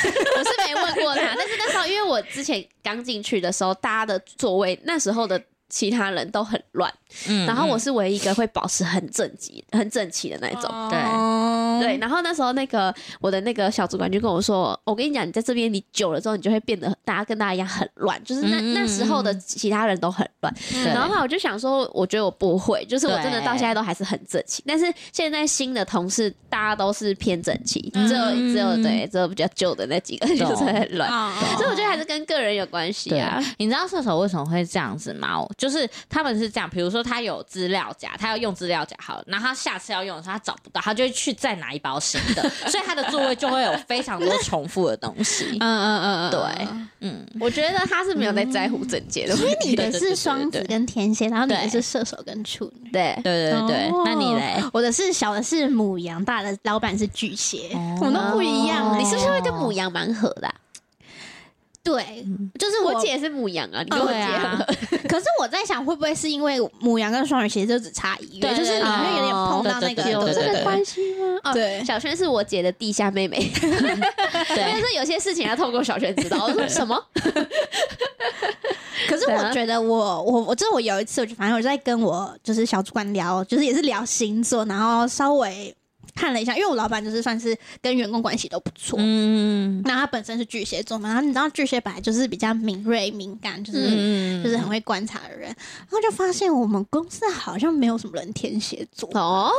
S3: 是没问过他，但是那时候因为我之前刚进去的时候，大家的座位那时候的其他人都很乱，
S2: 嗯
S3: 然后我是唯一一个会保持很整齐、很整齐的那一种。
S2: 对
S1: 哦
S3: 对，，然后那时候那个我的那个小主管就跟我说，我跟你讲，你在这边你久了之后，你就会变得大家跟大家一样很乱，就是那、
S2: 嗯嗯
S3: 那时候的其他人都很乱。
S2: 对
S1: 嗯
S3: 然后后来我就想说，我觉得我不会，就是我真的到现在都还是很整齐，但是现在新的同事大家都是偏整齐，
S1: 嗯
S3: 只有只有对，只有比较旧的那几个就是
S1: [LAUGHS]
S3: 很乱。
S1: 哦
S3: 所以我觉得还是跟个人有关系
S2: 对
S3: 啊
S2: 啊。， [LAUGHS] 你知道射手为什么会这样子吗？我就是他们是这样，比如说他有资料夹，他要用资料夹好了，然后他下次要用的时候他找不到，他就会去再拿一包新
S1: [LAUGHS]
S2: 的，所以他的座位就会有非常多重复的东西
S1: [LAUGHS] 嗯。嗯嗯嗯，
S3: 对
S1: 嗯
S2: 嗯，
S3: 我觉得他是没有在在乎整洁的问
S1: 所
S3: 题，
S1: 以你的是双子跟天蝎，然后你的
S2: 对
S1: 是射手跟处女。
S3: 对
S2: 对对对，
S1: 哦
S2: 那你
S1: [LAUGHS]
S2: 嘞？
S1: 我的是小的是母羊，大的老板是巨蟹，
S2: 哦
S1: 我们都不一样、
S2: 哦
S1: 欸。
S3: 你是不是会跟母羊蛮合的啊？
S1: 对，就是
S3: 我
S1: 我
S3: 姐也是母羊啊，你跟我
S2: 对
S3: 姐
S2: 啊
S3: 合，，
S1: [LAUGHS] 可是我在想，会不会是因为母羊跟双鱼其实就只差一月，
S2: 对
S1: 就是你会有点碰到那
S2: 对对对
S1: 个
S2: 对
S3: 有
S2: 对
S3: 这
S2: 对
S3: 个关系吗？哦
S1: 对
S3: 小轩是我姐的地下妹妹，但
S2: 对，
S3: 是有些事情要透过小轩知道。我说什 [LAUGHS] 么？
S1: 可是
S3: 对
S1: 我
S3: 啊
S1: 觉得我我我就是我有一次，我就反正我在跟我就是小主管聊，就是也是聊星座，然后稍微看了一下，因为我老板就是算是跟员工关系都不错。
S2: [LAUGHS] 嗯
S1: 那他本身是巨蟹座嘛，然后你知道巨蟹本来就是比较敏锐、敏感，就是、
S2: 嗯
S1: 就是很会观察的人，然后就发现我们公司好像没有什么人天蝎座，
S3: 哦，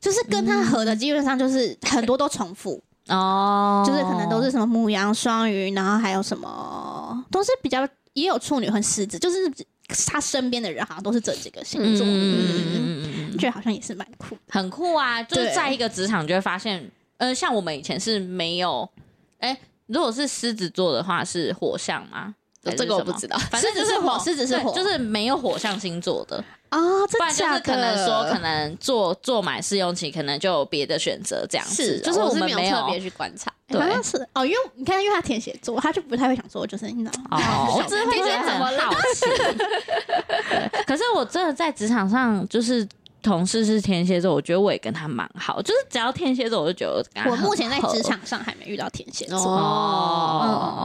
S1: 就是跟他
S2: 嗯
S1: 合的基本上就是很多都重复，
S2: 哦，
S1: 就是可能都是什么母羊、双鱼，然后还有什么都是比较也有处女和狮子，就是他身边的人好像都是这几个星
S2: 嗯嗯
S1: 座，嗯，
S2: 嗯嗯嗯嗯，
S1: 觉得好像也是蛮酷。
S2: 很酷啊！就是
S1: 对
S2: 在一个职场就会发现，呃，像我们以前是没有，哎，如果是狮子座的话是火象吗？还是
S3: 哦这个我
S2: 什么
S3: 不知道。
S2: 反正就
S1: 狮子
S2: 是
S1: 是火狮子是
S2: 对
S1: 火
S2: 就是没有火象星座的，
S1: 哦，
S2: 不
S1: 真
S2: 然就是
S1: 假
S2: 可能
S1: 的？
S2: 说可能做做满试用期，可能就有别的选择这样子。哦就是
S3: 我
S2: 们
S3: 没
S2: 没有
S3: 特别去观察。
S1: 哎好像是哦，因为你看，因为他天蝎座，他就不太会想说，就是你知道吗，[LAUGHS]
S2: 哦，我只是会觉得很好奇。对可是我真的在职场上，就是同事是天蝎座，我觉得我也跟他蛮好，就是只要天蝎座，我就觉得跟他
S1: 我目前在
S2: 很合
S1: 职场上还没遇到天蝎座。
S3: 哦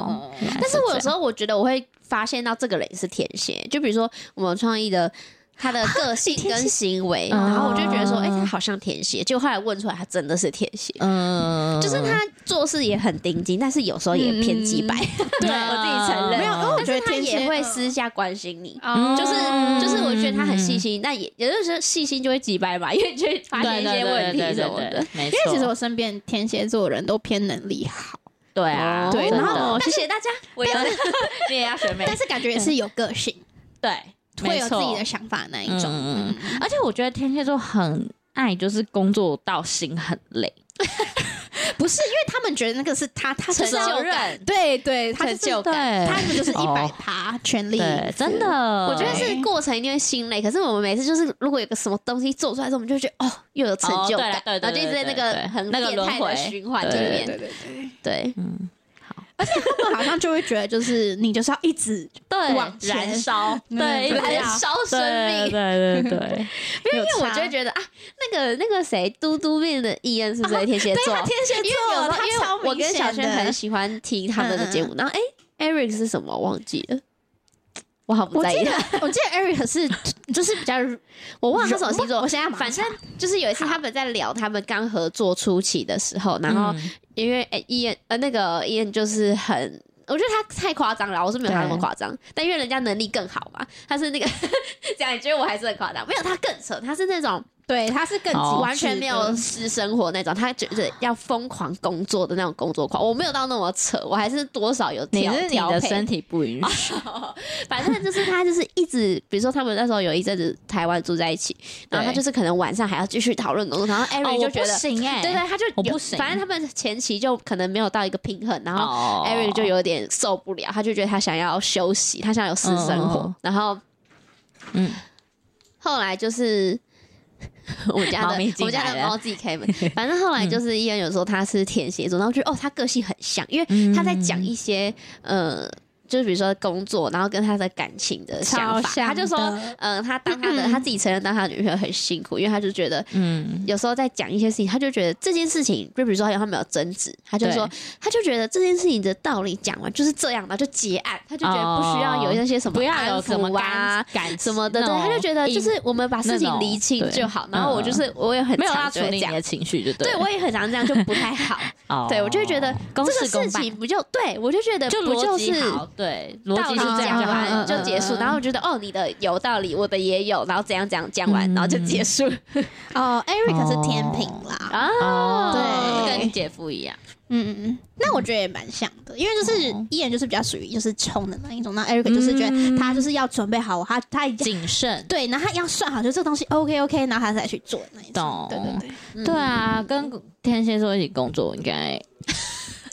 S2: 哦，原来
S3: 但是我有
S2: 这
S3: 时候我觉得我会发现到这个人是天蝎，就比如说我们创意
S1: [LAUGHS]
S3: 的。他的个性
S1: 天
S3: 跟
S1: 蝎哦
S3: 行为，
S2: 嗯
S3: 然后我就觉得说，哎、他好像天蝎。就后来问出来，他真的是天蝎，
S2: 样嗯，
S3: 就是他做事也很盯紧，但是有时候也偏
S1: 嗯
S3: 鸡掰。
S2: 对
S3: 我自己承认
S1: 没
S2: 哦
S1: 有，因为我觉得
S3: 他
S1: 天蝎
S3: 也会私下关心你，
S1: 嗯
S3: 就是就是我觉得他很细心，但也有的时候细心就会鸡掰嘛，因为就会发现一些问题什么的。，
S2: 没
S1: 因
S2: 错。
S1: 为其实我身边天蝎座的人都偏能力好，
S2: 对啊，
S1: 对
S2: 真
S1: 然
S2: 的
S1: 后
S3: 谢谢大家，我要
S2: 你也要学妹
S1: 但，是感觉也是有个性，
S2: 对，
S1: 会
S2: 没
S1: 有自
S2: 错
S1: 己的想法那一种。
S2: 嗯嗯
S1: 嗯，
S2: 而且我觉得天蝎座很爱，就是工作到心很累，
S1: 不是，因为他们觉得那个是他，他就是要
S2: 责任
S1: 对对，他就是
S3: 成就
S2: 对
S1: 他们
S3: 哦
S1: 就是一百趴全力以
S2: 对，
S1: 赴
S2: 真的，
S3: 我觉得是过程一定会心累，可是我们每次就是如果有个什么东西做出来之后，我们就会觉得哦，又有成就感，
S2: 哦对啦对对
S3: 然后就一直在那
S2: 对
S3: 个
S2: 对对
S3: 很
S2: 那个
S3: 变
S2: 轮
S3: 态的
S2: 回
S3: 循环里
S2: 对
S1: 对对对
S3: 面。
S1: 对，
S3: 对，
S2: 嗯，
S1: 他们好像就会觉得就是你就是要一直
S2: 对，
S1: 往前
S2: 燃烧，
S1: 嗯
S2: 对，一直
S1: 对
S3: 燃
S1: 啊
S3: 烧生
S2: 对对
S3: 命。
S2: 对 [LAUGHS] 对，
S1: 因
S3: 因为我就会觉得啊，那个那个谁，嘟嘟变的伊恩是不是也天蝎座？
S1: 他天蝎
S3: [LAUGHS] 因为有时
S1: 座，
S3: 候
S1: 他
S3: 因
S1: 超
S3: 为我跟小轩很喜欢听他们的节目，然后哎，Eric 是什么忘记了，我好不
S1: 我
S3: 在
S1: 记
S3: 意
S1: 得
S3: 他，
S1: 我记得 Eric 是
S3: [LAUGHS]
S1: 就是比较
S3: 我忘了他什么星座
S1: 我。现在
S3: 反正就是有一次他们在聊他们刚合作初期的时候，然后
S2: 嗯
S3: 因为诶伊恩呃那个伊恩就是很，我觉得他太夸张了，我是没有他那么夸张，但因为人家能力更好嘛，他是那个 [LAUGHS] 这样，你觉得我还是很夸张？没有，他更扯，他是那种
S1: 对他是更
S2: 哦
S3: 完全没有私生活那种，他觉得要疯狂工作的那种工作狂，我没有到那么扯，我还是多少有
S2: 你
S3: 调
S2: 是你
S3: 调
S2: 的
S3: 配
S2: 身体不允许，
S3: [LAUGHS] 反正就是他就是一直，比如说他们那时候有一阵子台湾住在一起，然后他
S2: 对
S3: 就是可能晚上还要继续讨论工作，然后 Eric 就觉得，
S2: [LAUGHS] 行哎
S3: 对对，他就
S2: 我
S3: 有
S2: 不行
S3: 反正他们前期就可能没有到一个平衡，然后
S2: 哦
S3: Eric 就有点受不了，他就觉得他想要休息，他想有私生活，
S2: 嗯
S3: 然后
S2: 嗯，
S3: 后来就是。我们家的
S2: 猫咪进
S3: 我们家
S2: 来
S3: 的
S2: 了
S3: 猫自己开
S2: [LAUGHS]
S3: 门，反正后来就是伊恩有时候他是天蝎座，然后觉得哦他个性很像，因为
S2: 嗯
S3: 他在讲一些呃，就是比如说工作，然后跟他的感情的想
S1: 超
S3: 法，
S1: 像
S3: 他就说，
S1: 的
S3: 呃，他当他的他自己承认当他的女朋友很辛苦，因为他就觉得
S2: 嗯，
S3: 有时候在讲一些事情，他就觉得这件事情，就比如说他们有争执，他就说
S2: 对，
S3: 他就觉得这件事情的道理讲完就是这样嘛，就结案，他就觉得不需要有那些什么
S2: 哦不要有
S3: 安
S2: 什么
S3: 抚啊
S2: 感感
S3: 什么的，对，
S2: 那种
S3: 他就觉得就是我们把事
S2: 那
S3: 情
S2: 种
S3: 理清
S2: 对
S3: 就好。然后我就是我也很
S2: 嗯没有要
S3: 常
S2: 处
S3: 就会
S2: 理你
S3: 这样
S2: 的，情绪，就对
S3: 对
S2: 了，
S3: 我也很常这样，就不太好。
S2: [LAUGHS] 哦
S3: 对我就会觉得
S2: 公
S3: 这个
S2: 事公
S3: 事
S2: 办
S3: 情不就对我就觉得
S2: 就
S3: 不
S2: 逻
S3: 就
S2: 辑
S3: 是
S2: 好，对，逻
S3: 道
S2: 辑
S3: 理啊
S2: 是这样
S3: 讲
S2: 就好嗯
S3: 完
S2: 了，
S3: 就结束，然后我觉得哦，你的有道理，我的也有，然后怎样怎样讲完，
S2: 嗯
S3: 然后就结束
S1: 哦，Eric 是天平啦，
S3: 啊。
S2: 哦，
S1: 对
S2: 跟你姐夫一样，
S1: 嗯嗯嗯，那我觉得也蛮像的，因为就是
S2: 哦
S1: 伊人就是比较属于就是冲的那一种，那 Eric 就是觉
S3: 嗯
S1: 得他就是要准备好，他他已经
S2: 谨慎，
S1: 对，然后他要算好，就这个东西 OK OK，然后他才去做那一种
S2: 懂。
S1: 对对对，
S2: 对啊，跟天蝎座一起工作应该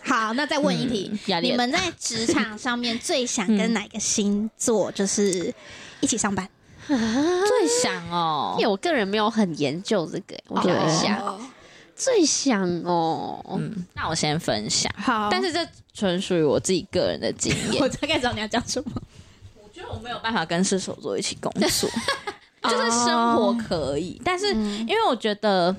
S1: 好，那再问一题，
S2: 嗯压力
S1: 你
S2: 很
S1: 们在职场上面最想跟哪个星座就是一起上班？
S2: 最想哦哦
S3: 因为，我个人没有很研究这个，我
S1: 哦
S3: 想一下，，最想哦，
S2: 嗯，那我先分享，
S1: 好但
S2: 但
S1: 是
S2: 是这纯属于我自己个人的经验。
S1: [LAUGHS] 我大概知道你要讲什么。
S2: [LAUGHS] 我觉得我没有办法跟射手座一起工作， [LAUGHS] 就是生活
S1: 哦
S2: 可以，但
S1: 嗯
S2: 是因为我觉得。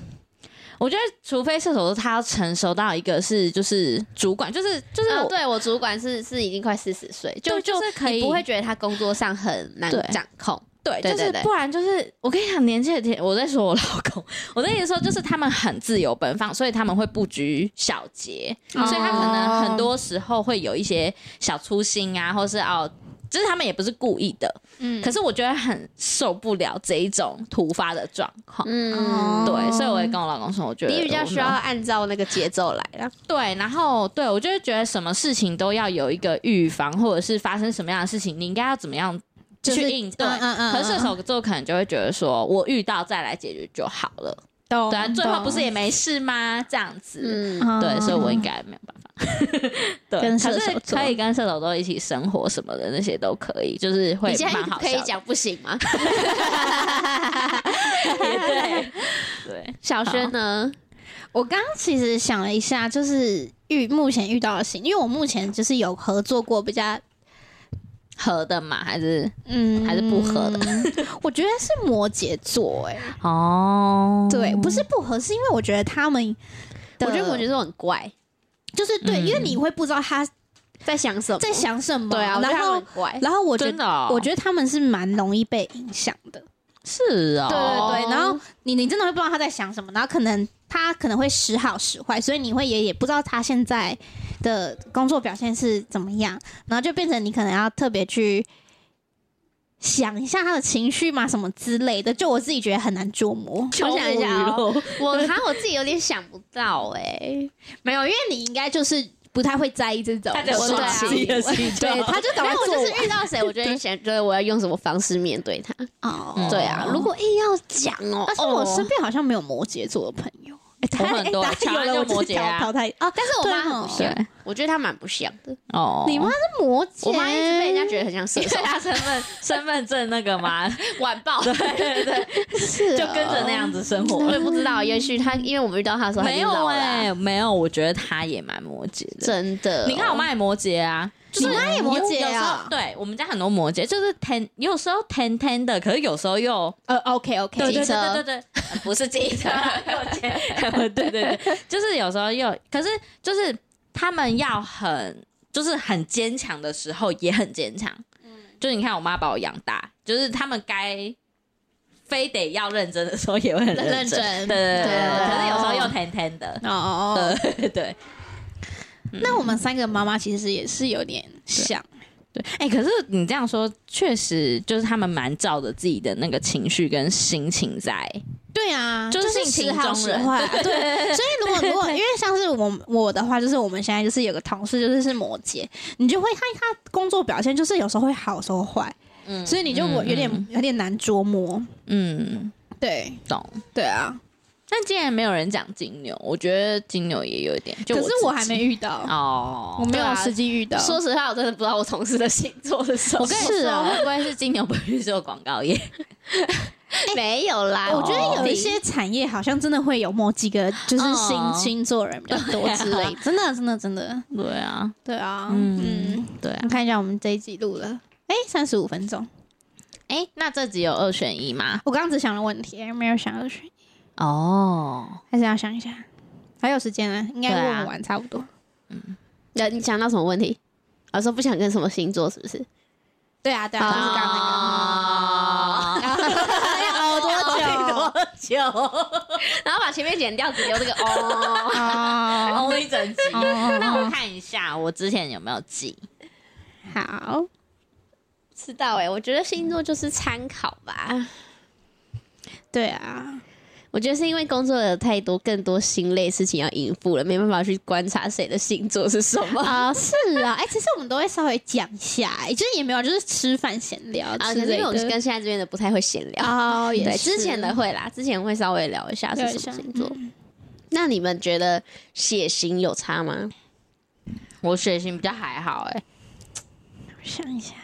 S2: 我觉得，除非射手座他要成熟到一个是就是主管，就是就是
S3: 啊
S2: 我、
S3: 对我主管是是已经快四十岁，就
S2: 对就是可以
S3: 你不会觉得他工作上很难
S2: 对
S3: 掌控。
S2: 对，
S3: 对
S2: 就
S3: 对
S2: 是
S3: 对
S2: 不然就是我跟你讲，年纪的天，我在说我老公，我跟你说，就是他们很自由奔放，所以他们会不拘小节，
S1: 哦
S2: 所以他可能很多时候会有一些小粗心啊，或是哦。就是他们也不是故意的，
S3: 嗯
S2: 可是我觉得很受不了这一种突发的状况。
S3: 嗯
S1: 哦，
S2: 对，所以我也跟我老公说，我觉得
S3: 你比较需要
S2: 我没有
S3: 按照那个节奏来啦。
S2: 对，然后对我就会觉得什么事情都要有一个预防，或者是发生什么样的事情，你应该要怎么样
S1: 就是
S2: 去应对。
S1: 嗯嗯嗯嗯
S2: 可是射手座可能就会觉得说，我遇到再来解决就好了。
S1: 哦懂哦
S2: 对啊，最后不是也没事吗？这样子，
S3: 嗯，
S2: 对，所以我应该没有办法。 [LAUGHS] 对，
S1: 跟
S2: 可
S1: 射手
S2: 是
S1: 座
S2: 可以跟射手座一起生活什么的那些都可以，就是会
S3: 你现在
S2: 蛮好
S3: 可以
S2: 笑的。
S3: 讲不行吗？
S1: [LAUGHS]
S2: 对对，
S3: 小轩呢？
S1: 我刚刚其实想了一下，就是遇目前遇到的型，因为我目前就是有合作过比较
S2: 合的嘛，还是
S1: 嗯
S2: 还是不合
S1: 的，我觉得是摩羯座哎、
S2: [LAUGHS] 哦，
S1: 对，不是不合，是因为我觉得他们
S3: 我
S1: 的，
S3: 觉得 [LAUGHS] 我觉得很怪，
S1: 就是对，
S2: 嗯
S1: 因为你会不知道他
S3: 在想什么？
S1: 在想什么，
S3: 对啊，我觉得
S1: 然
S3: 他
S1: 后
S3: 们很怪。
S1: 然后我觉
S2: 真
S1: 得
S2: 的哦，
S1: 我觉得他们是蛮容易被影响的，
S2: 是哦，
S1: 对对对，
S3: 哦
S1: 然后你你真的会不知道他在想什么，然后可能他可能会时好时坏，所以你会也也不知道他现在的工作表现是怎么样，然后就变成你可能要特别去想一下他的情绪嘛，什么之类的，就我自己觉得很难捉摸。
S3: 我想一下哦
S2: 哦，
S3: 我好像我自己有点想不到哎，
S1: 没有，因为你应该就是不太会在意这种，
S2: 他只有
S1: 我
S2: [LAUGHS]
S3: 说
S1: 对啊
S3: 自
S2: 己的事情
S1: 对，他就
S3: 因
S1: 赶快
S3: 为我
S1: 做
S3: 就是遇到谁，我就会想，对我要用什么方式面对他。
S1: 哦
S3: 对啊，如果硬要讲哦，
S1: 但是我身边好像没有摩羯座的朋友，欸大家
S2: 我很多
S1: 大家
S2: 乔安
S1: 有了
S2: 就
S1: 我就是
S2: 摩羯啊
S1: 淘淘汰啊，
S3: 但是我妈
S1: 对哦
S3: 很不像，我觉得她蛮不像的。
S2: 哦，
S1: 你妈是摩羯，
S3: 我妈一直被人家觉得很像射手，
S2: 他身
S3: 啊 [LAUGHS]
S2: 份身份证那个吗？
S3: 晚报。
S2: 对对对，
S1: 是
S2: 就跟着那样子生活
S3: 我。也不知道，也许他因为我们遇到他的时候，他已
S2: 没
S3: 经
S2: 有
S3: 老了啊
S2: 哎、没有，我觉得他也蛮摩羯的。
S3: 真的哦。
S2: 你看我妈也摩羯啊，就是
S1: 你妈也摩羯啊
S2: 有时候对我们家很多摩羯，就是天有时候天天的，可是有时候又
S1: 呃，OK OK，
S2: 对对
S3: 机车
S2: 对对对对， [LAUGHS] 不是机车啊，右肩 [LAUGHS] 对对对，就是有时候又，可是就是他们要很，就是很坚强的时候也很坚强。就是你看我妈把我养大，就是他们该非得要认真的时候也会很认
S1: 认
S2: 真，
S1: 真，
S2: 对对对
S1: 对
S2: 对，可是有时候又甜甜的，
S1: 哦哦，
S2: 对 [LAUGHS] 对对。
S1: 那我们三个妈妈其实也是有点像，
S2: 对，哎、可是你这样说，确实就是他们蛮照着自己的那个情绪跟心情在，
S1: 对啊，
S2: 就是是性
S1: 时
S2: 情
S1: 好
S2: 中
S1: 时
S2: 人 [LAUGHS]
S1: 坏啊，对。所以如果如果因为像是我我的话，就是我们现在就是有个同事就是是摩羯，你就会看他工作表现就是有时候会好，有时候坏，
S2: 嗯
S1: 所以你就我有点有点难捉摸，
S2: 嗯，
S1: 对
S2: 懂。
S1: 对啊，
S2: 但既然没有人讲金牛，我觉得金牛也有一点，就
S1: 可是我还
S2: 自己
S1: 没遇到，我
S2: 哦。
S1: 没
S3: 对
S1: 有
S3: 啊
S1: 实际遇到。
S3: 说实话，我真的不知道我同事的星座是什么。
S2: 我跟你
S1: 是
S2: 说，
S1: 啊
S2: 会不会是金牛不去做广告业？
S3: 没有啦，
S1: 我觉
S2: 哦
S1: 得有一些产业好像真的会有某几个就是星
S2: 哦
S1: 星座人比较多之类，真的真的真的，
S2: 对啊，
S1: 对啊，
S2: 嗯
S1: 嗯，
S2: 对啊
S1: 我。看一下我们这一集录了，哎，三十五分钟，
S2: 哎、那这集有二选一吗？
S1: 我刚刚只想了问题，没有想要选，
S2: 哦，
S1: 还是要想一下，还有时间啊，应该
S2: 对啊
S1: 问完差不多。
S3: 那你想到什么问题？我说不想跟什么星座，是不是？
S1: 对啊，对啊，
S3: 哦
S1: 就是刚刚哦那个，要
S3: [LAUGHS]
S1: 熬哎多久？
S2: 多久？
S3: 然后把前面剪掉，只留这个哦。
S1: 哦，
S2: 熬一整集。那我
S1: 哦
S2: 看一下，我之前有没有记？
S1: 好，
S3: [LAUGHS] 知道哎、我觉得星座就是参考吧。
S1: 对啊，
S3: 我觉得是因为工作有太多更多心累事情要应付了，没办法去观察谁的星座是什么。
S1: 啊，是啊，哎，其实我们都会稍微讲一下，哎，就是也没有，就是吃饭闲聊
S3: 啊，
S1: 之
S3: 可是因
S1: 类
S3: 为我
S1: 的
S3: 跟现在这边的不太会闲聊，
S1: 哦，也
S3: 对，
S1: 是
S3: 之前的会啦，之前会稍微聊一下是
S1: 聊一
S3: 什
S1: 下嗯
S3: 么星座。那你们觉得血型有差吗？
S2: 我血型比较还好、哎，
S1: 想一下，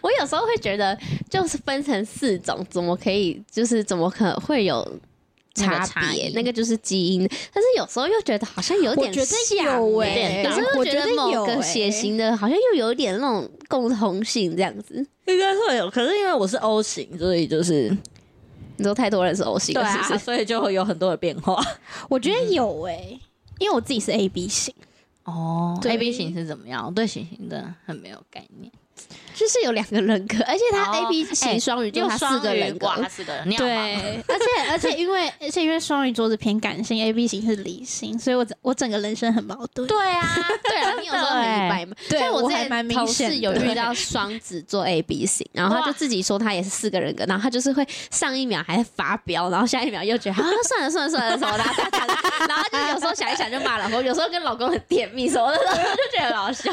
S3: 我有时候会觉得，就是分成四种，怎么可以，就是怎么可能会有
S2: 那个
S3: 差
S2: 差
S3: 别
S2: 异，
S3: 那个就是基因。但是有时候又觉得好像有
S1: 我
S3: 点
S1: 觉得
S3: 像
S1: 有
S3: 欸
S1: 欸
S3: 有时候
S1: 我
S3: 觉
S1: 觉
S3: 得
S1: 得
S3: 某
S1: 有
S3: 个
S1: 欸
S3: 血型的好像又有一点那种共同性这样子。
S2: 应该会有，可是因为我是 O 型，所以就是
S3: 你说太多人是 O 型
S2: 对
S3: 了，是
S2: 啊
S3: 不，是？ [LAUGHS]
S2: 所以就会有很多的变化。
S1: 我觉
S3: 嗯
S1: 得有诶、因为我自己是 A B 型，
S2: 哦
S1: 对
S2: ，A B 型是怎么样？我对型型真的很没有概念。
S3: 就是有两个人格，而且他
S2: 哦
S3: A B
S2: 哎
S3: 型双鱼座，他四个人格，
S2: 哇，他四个人，你好忙哦，
S1: 对，而且而且因为而且因为双鱼座是偏感性，A B 型是理性，所以我整我整个人生很矛盾。
S2: 对啊，
S1: [LAUGHS]
S3: 对啊，你有时候很明白嘛。
S1: 欸对
S3: 像我
S1: 我
S3: 之
S1: 还蛮
S3: 前
S1: 明
S3: 同
S1: 显
S3: 事
S1: 的
S3: 有遇到双子座 A B 型，然后他就自己说他也是四个人格，然后他就是会上一秒还发飙，然后下一秒又觉得啊 [LAUGHS] 算了算了算了什么的，他他他 [LAUGHS] 然后就有时候想一想就骂老公，有时候跟老公很甜蜜什么的， [LAUGHS] 然后就觉得很好笑。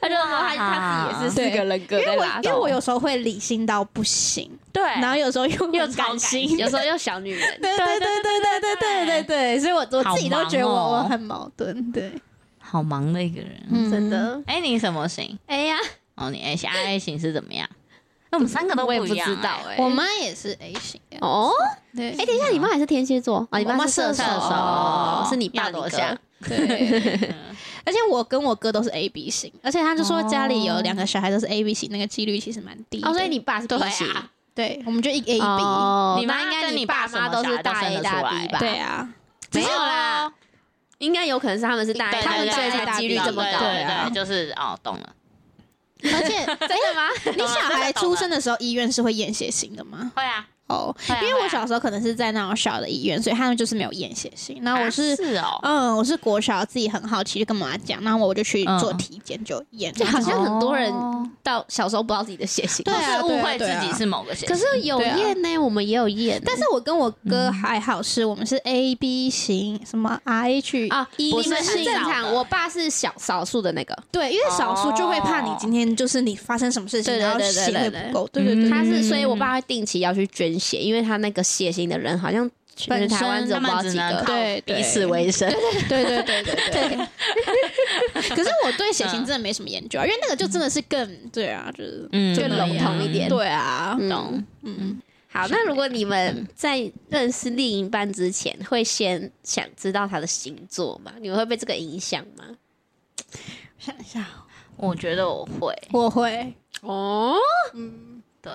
S3: 他就说他他自己也是四个人格
S1: 因
S3: 在
S1: 为我
S3: 拉
S1: 因为我
S3: 有
S1: 有时候会理性到不行，
S2: 啊对，
S1: 然后有时候又
S2: 又
S1: 很
S2: 超感
S1: 性，
S2: 性
S3: 有时候又小女人，
S1: 对对对对对对对对对，所以我我自己都觉得我、
S2: 好忙哦
S1: 我很矛盾，对，
S2: 好忙的一个人。
S1: [LAUGHS] 嗯
S3: 真。的。
S2: 哎，你什么型？
S3: 哎呀，
S2: 哦，你 A 型啊，A 型是怎么样？那我们三个都
S3: 我也
S2: 不
S3: 不
S2: 一样
S3: 知道
S2: 哎。
S3: 哎。
S1: 我妈也是 A 型的，
S3: 哦，
S1: 对
S3: 哎，，等一下，你妈还是天蝎座啊？你
S1: 我妈
S3: 是
S1: 射手
S3: 手哦，是你爸
S2: 要躲
S3: 你哥
S2: 下
S1: 对，而且我跟我哥都是 A B 型，而且他就说家里有两个小孩都是 A B 型，那个几率其实蛮低的。
S3: 哦，所以你爸是 B
S2: 对啊
S3: 型。
S1: 对，我们就一 A 一 B，、
S3: 哦
S2: 你妈
S3: 那应该
S2: 跟你
S3: 你
S2: 爸
S3: 爸
S2: 什么
S3: 妈都
S2: 小孩
S3: 是
S2: 都
S3: 大
S2: 生
S3: A
S2: 得出
S3: 大
S2: 来
S3: B 吧？
S1: 对，啊，
S2: 没有啦，
S3: 应该有可能是他们是大 A，
S2: 对
S3: 他们
S2: 对
S3: 所以
S2: 对
S3: 才
S1: 对
S3: 几率这么
S2: 对
S3: 高。
S2: 对
S1: 啊
S2: 对，就是哦，懂了，
S1: 而且
S3: 真的吗？
S1: 你小孩出生的时候，医院是会验血型的吗？
S2: 会啊，
S1: 哦
S2: 会啊，
S1: 因为
S2: 会啊
S1: 我小时候可能是在那种小的医院，所以他们就是没有验血型。然后我
S2: 啊
S1: 是，
S2: 是哦，
S1: 嗯，我是国小自己很好奇，就跟妈妈讲，然后我就去
S2: 嗯
S1: 做体检就验，
S3: 就好像很多人
S2: 哦
S3: 到小时候不知道自己的血型，
S1: 对啊
S2: 是误会
S1: 对
S2: 自
S1: 啊
S2: 己是某个型，
S3: 可是有
S1: 对啊
S3: 验呢，我们也有验，
S1: 但是我跟我哥还好，是我们是 A B 型，什么 R H
S3: 啊，
S1: E
S3: 你
S2: 不是
S3: 们是
S1: 型
S2: 很，
S3: 正常，我爸是小少数的那个，
S1: 对，因为少数就会怕你
S2: 哦
S1: 今天就是你发生什么事情，
S3: 对对
S1: 然后
S3: 对对
S1: 血
S3: 对
S1: 会
S3: 对
S1: 不够，对对对，
S3: 他是，
S2: 嗯
S3: 所以我爸会定期要去捐血，因为他那个血型的人好像全
S1: 本身
S3: 台湾只有
S2: 他
S3: 不知道
S2: 们
S3: 几
S2: 只能
S3: 个，
S2: 靠
S1: 对对
S2: 彼此为生，
S1: 对对对对对。 [LAUGHS] 可是我对血型真的没什么研究啊，因为那个就真的是更对啊，就是
S2: 嗯
S1: 就
S3: 更笼统一点
S1: 对啊，
S3: 懂。
S1: 嗯，
S3: 好，那如果你们在认识另一半之前，会先想知道他的星座吗？你们会被这个影响吗？
S1: 想一下，
S2: 我觉得我会，
S1: 我会，
S3: 哦，
S1: 嗯，
S2: 对，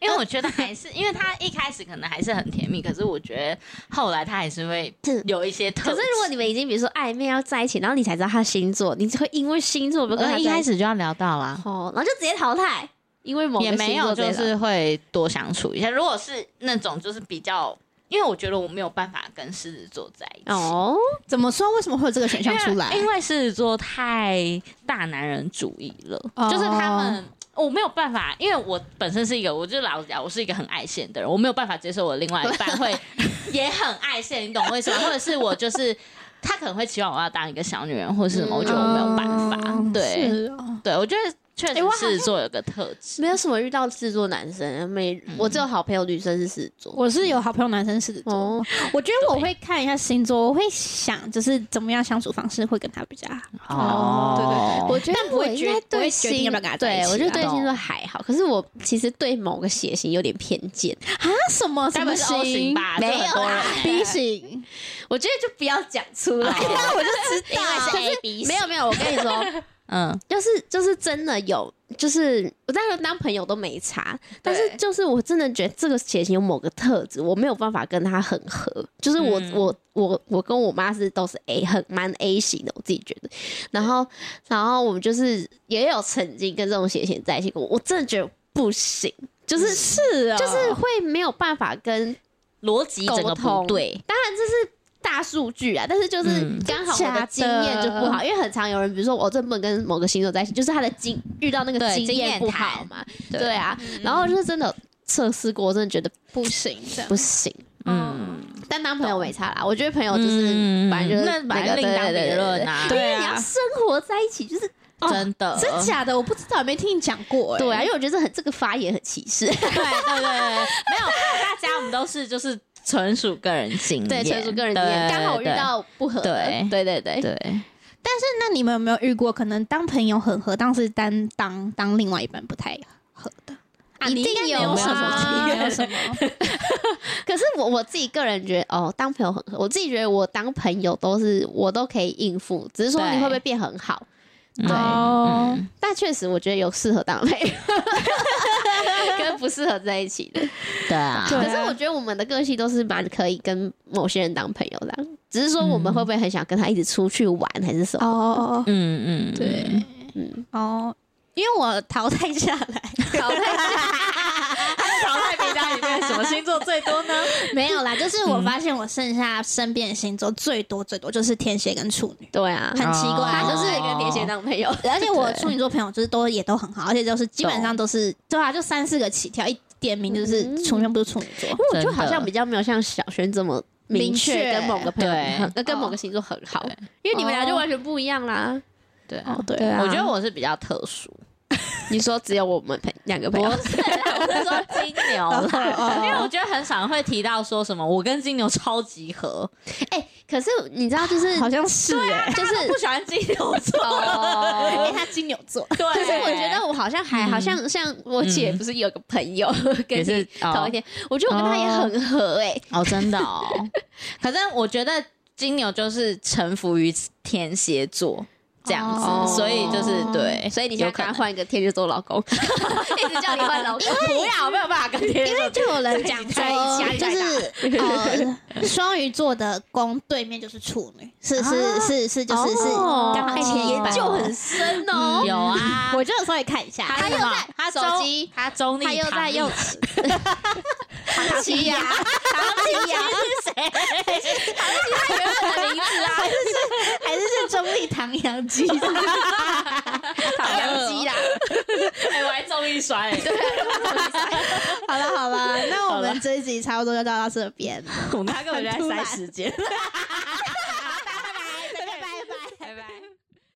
S2: 因为我觉得还是，因为他一开始可能还是很甜蜜，可是我觉得后来他还是会有一些特质。
S3: 可是如果你们已经比如说暧昧要在一起，然后你才知道他的星座，你就会因为星座不跟哦呃他在一起
S2: 始就要聊到啦，
S3: 哦，然后就直接淘汰，因为某个
S2: 也没有，
S3: 星座直接
S2: 就
S3: 淘汰
S2: 是会多相处一下。如果是那种就是比较，因为我觉得我没有办法跟狮子座在一起。
S3: 哦，
S1: 怎么说？为什么会有这个选项出来
S2: 因为？因为狮子座太大男人主义了，
S1: 哦
S2: 就是他们。我没有办法，因为我本身是一个，我就老实讲，我是一个很爱现的人，我没有办法接受我另外一
S3: [LAUGHS]
S2: 半会也很爱现，你懂我意思吗？或者是我就是他可能会期望我要当一个小女人，或是什么，我觉得我没有办法。
S1: 嗯
S2: 对，
S1: 是哦
S2: 对，我觉得确实
S3: 诶我好像
S2: 狮子座有个特质，
S3: 没有什么遇到制作男生，没，我只有好朋友女生是狮子座。
S1: 我是有好朋友男生狮子座，
S3: 哦，
S1: 我觉得我会看一下星座，我会想就是怎么样相处方式会跟他比较好。
S2: 哦
S1: 对对
S3: 我觉得
S1: 但不
S3: 我
S1: 会
S3: 应
S1: 决
S3: 该
S1: 不
S3: 对
S1: 会决定
S3: 星
S1: 要不要跟他在一
S3: 对
S1: 起
S3: 我就
S1: 啦
S3: 对星座
S2: 懂
S3: 还好，可是我其实对某个血型有点偏见。啊
S1: 那什么什
S2: 该
S1: 么
S2: 不会是 O 型吧？
S3: 没
S2: 这很多
S3: 有啊
S2: 人
S3: 啦
S1: B 型，
S3: 我觉得就不要讲出来。 [LAUGHS]
S1: 那我就知
S2: 哦因
S1: 道
S3: 啊
S2: 为是
S1: 可
S2: A B
S3: 没有没有，我跟你说，
S2: 嗯，
S3: 就是就是真的有，就是我当然当朋友都没差，但是就是我真的觉得这个血型有某个特质，我没有办法跟他很合。就是我、
S2: 嗯
S3: 我我我跟我妈是都是 A 很蛮 A 型的，我自己觉得。然后然后我们就是也有曾经跟这种血型在一起过，我真的觉得不行，就是
S1: 是啊，
S3: 就是会没有办法跟
S2: 逻辑整个
S3: 沟
S2: 不
S3: 通
S2: 对，
S3: 大数据啊，但是就是
S2: 嗯
S3: 刚好我的经验就不好，因为很常有人，比如说我真不能跟某个星座在一起，就是他的经遇到那个
S2: 对经
S3: 验
S2: 验
S3: 不
S2: 谈
S3: 好嘛，对啊，然后就是真的测试过，我真的觉得
S1: 不行，这样
S3: 不行。
S2: 嗯，
S3: 但当朋友没差啦，我觉得朋友就是
S2: 嗯
S3: 反正就是
S2: 那
S3: 那
S2: 反
S3: 个
S2: 正另当别
S3: 对对对对哦
S2: 论啊，
S3: 因
S1: 对
S3: 为你要
S1: 啊
S3: 生活在一起，就是
S2: 真的，
S1: 真假的，我不知道，没听你讲过、欸。
S3: 对啊，因为我觉得这很这个发言很歧视，
S2: 对对对对，没有，大家我们都是就是纯属个人经验，
S3: 对，纯属个人经验，
S2: 对
S3: 刚好我遇。到哎不合的
S2: 对，
S3: 对对对
S2: 对，对，
S1: 那你们有没有遇过可能当朋友很合，但是单当当另外一半不太合的？啊
S3: 一
S1: 你
S3: 定
S1: 应该没
S3: 有
S1: 有什 [LAUGHS]
S3: 啊
S1: 么
S2: 没
S1: 体
S2: 有
S1: 验，
S2: 什么，
S3: 可是我我自己个人觉得，哦，当朋友很，我自己觉得我当朋友都是我都可以应付，只是说
S2: 对
S3: 你会不会变很好？
S2: 对
S1: 哦
S2: 嗯
S3: 但确实我觉得有适合当朋 [LAUGHS] 友，跟不适合在一 [LAUGHS] 起的。
S2: 对啊，
S1: 对
S3: 可是我觉得我们的个性都是蛮可以跟某些人当朋友的啊，只是说我们会不会很想跟他一直出去玩还是什么？
S1: 哦，
S2: 嗯嗯，
S1: 对，
S3: 嗯，
S1: 哦，因为我淘汰下来，
S3: 好 [LAUGHS]
S2: 淘汰名单里面什么星座最多呢？
S1: 没有啦，就是我发现我剩下身边的星座最多最多就是天蝎跟处女，
S3: 对啊，
S1: 很奇怪，
S3: 他
S2: 哦
S3: 就是跟天蝎当朋友，
S1: 而且我处女座朋友就是都也都很好，而且就是基本上都是对啊，就三四个起跳，一点名就是
S3: 嗯
S1: 处女不是处女座，
S3: 因为我就
S2: 真的
S3: 好像比较没有像小轩这么明
S1: 明
S3: 确
S1: 确
S3: 跟某个朋友
S2: 对
S3: 很，呃跟某个星座很好
S2: 对，
S3: 因为你们俩
S1: 哦
S3: 就完全不一样啦。
S2: 对啊，
S1: 哦对
S3: 对啊
S2: 我觉得我是比较特殊，
S3: 你说只有我们朋两个朋
S2: 不
S3: 友，
S2: 是啦，我是说金牛
S3: [LAUGHS] 哦
S2: 啦，因为我觉得很少会提到说什么我跟金牛超级合，
S3: 哎， [LAUGHS] 可是你知道就是啊
S1: 好像是哎，
S3: 就是
S2: [LAUGHS] 不喜欢金牛座，
S1: [LAUGHS] 因
S2: [LAUGHS]
S3: 哦
S1: 为。他金牛座，
S2: 对，
S3: 可是我觉得我好像还
S2: 嗯
S3: 好像像我姐
S2: 嗯
S3: 不是有个朋友 [LAUGHS] 跟
S2: 也是
S3: 你同一
S2: 哦
S3: 天，我觉得我跟她也很合哎，
S2: 哦，真的哦， [LAUGHS] 可是我觉得金牛就是臣服于天蝎座这样子，
S3: 哦
S2: 所以就是对，
S3: 所以你
S2: 哎有
S3: 现在
S2: 可
S3: 跟她
S2: 能
S3: 换一个天蝎座老
S2: [LAUGHS]
S3: 公， [LAUGHS] 一直叫你换老公，不要没有办法跟天蝎
S1: 因为就有人讲说，
S3: 压力
S1: 就
S3: 太大
S1: 是呃，双鱼座的宫对面就是处女，是
S2: 啊
S1: 是是是，就是是
S2: 哦
S1: 刚好
S2: 哎
S1: 切
S2: 你
S1: 一半
S2: 研
S3: 就很深
S2: 嗯
S3: 哦。
S2: 有
S3: [LAUGHS]
S2: 啊，
S1: 我就有时候也看一下，
S2: 他
S3: 又在
S2: 他
S3: 手
S2: 中
S3: 机
S2: 他中立，
S3: 他又在用唐琪呀，
S1: 唐琪呀，
S3: 原本的名字啊，
S1: 还是是中立唐扬鸡，
S2: 唐
S3: 唐琪啦，
S2: [LAUGHS] 哎，我还中立
S3: [LAUGHS]
S2: 摔，
S1: 好了好了，那我们这一集差不多就到到这边了。
S2: 我们他根本就在塞时间。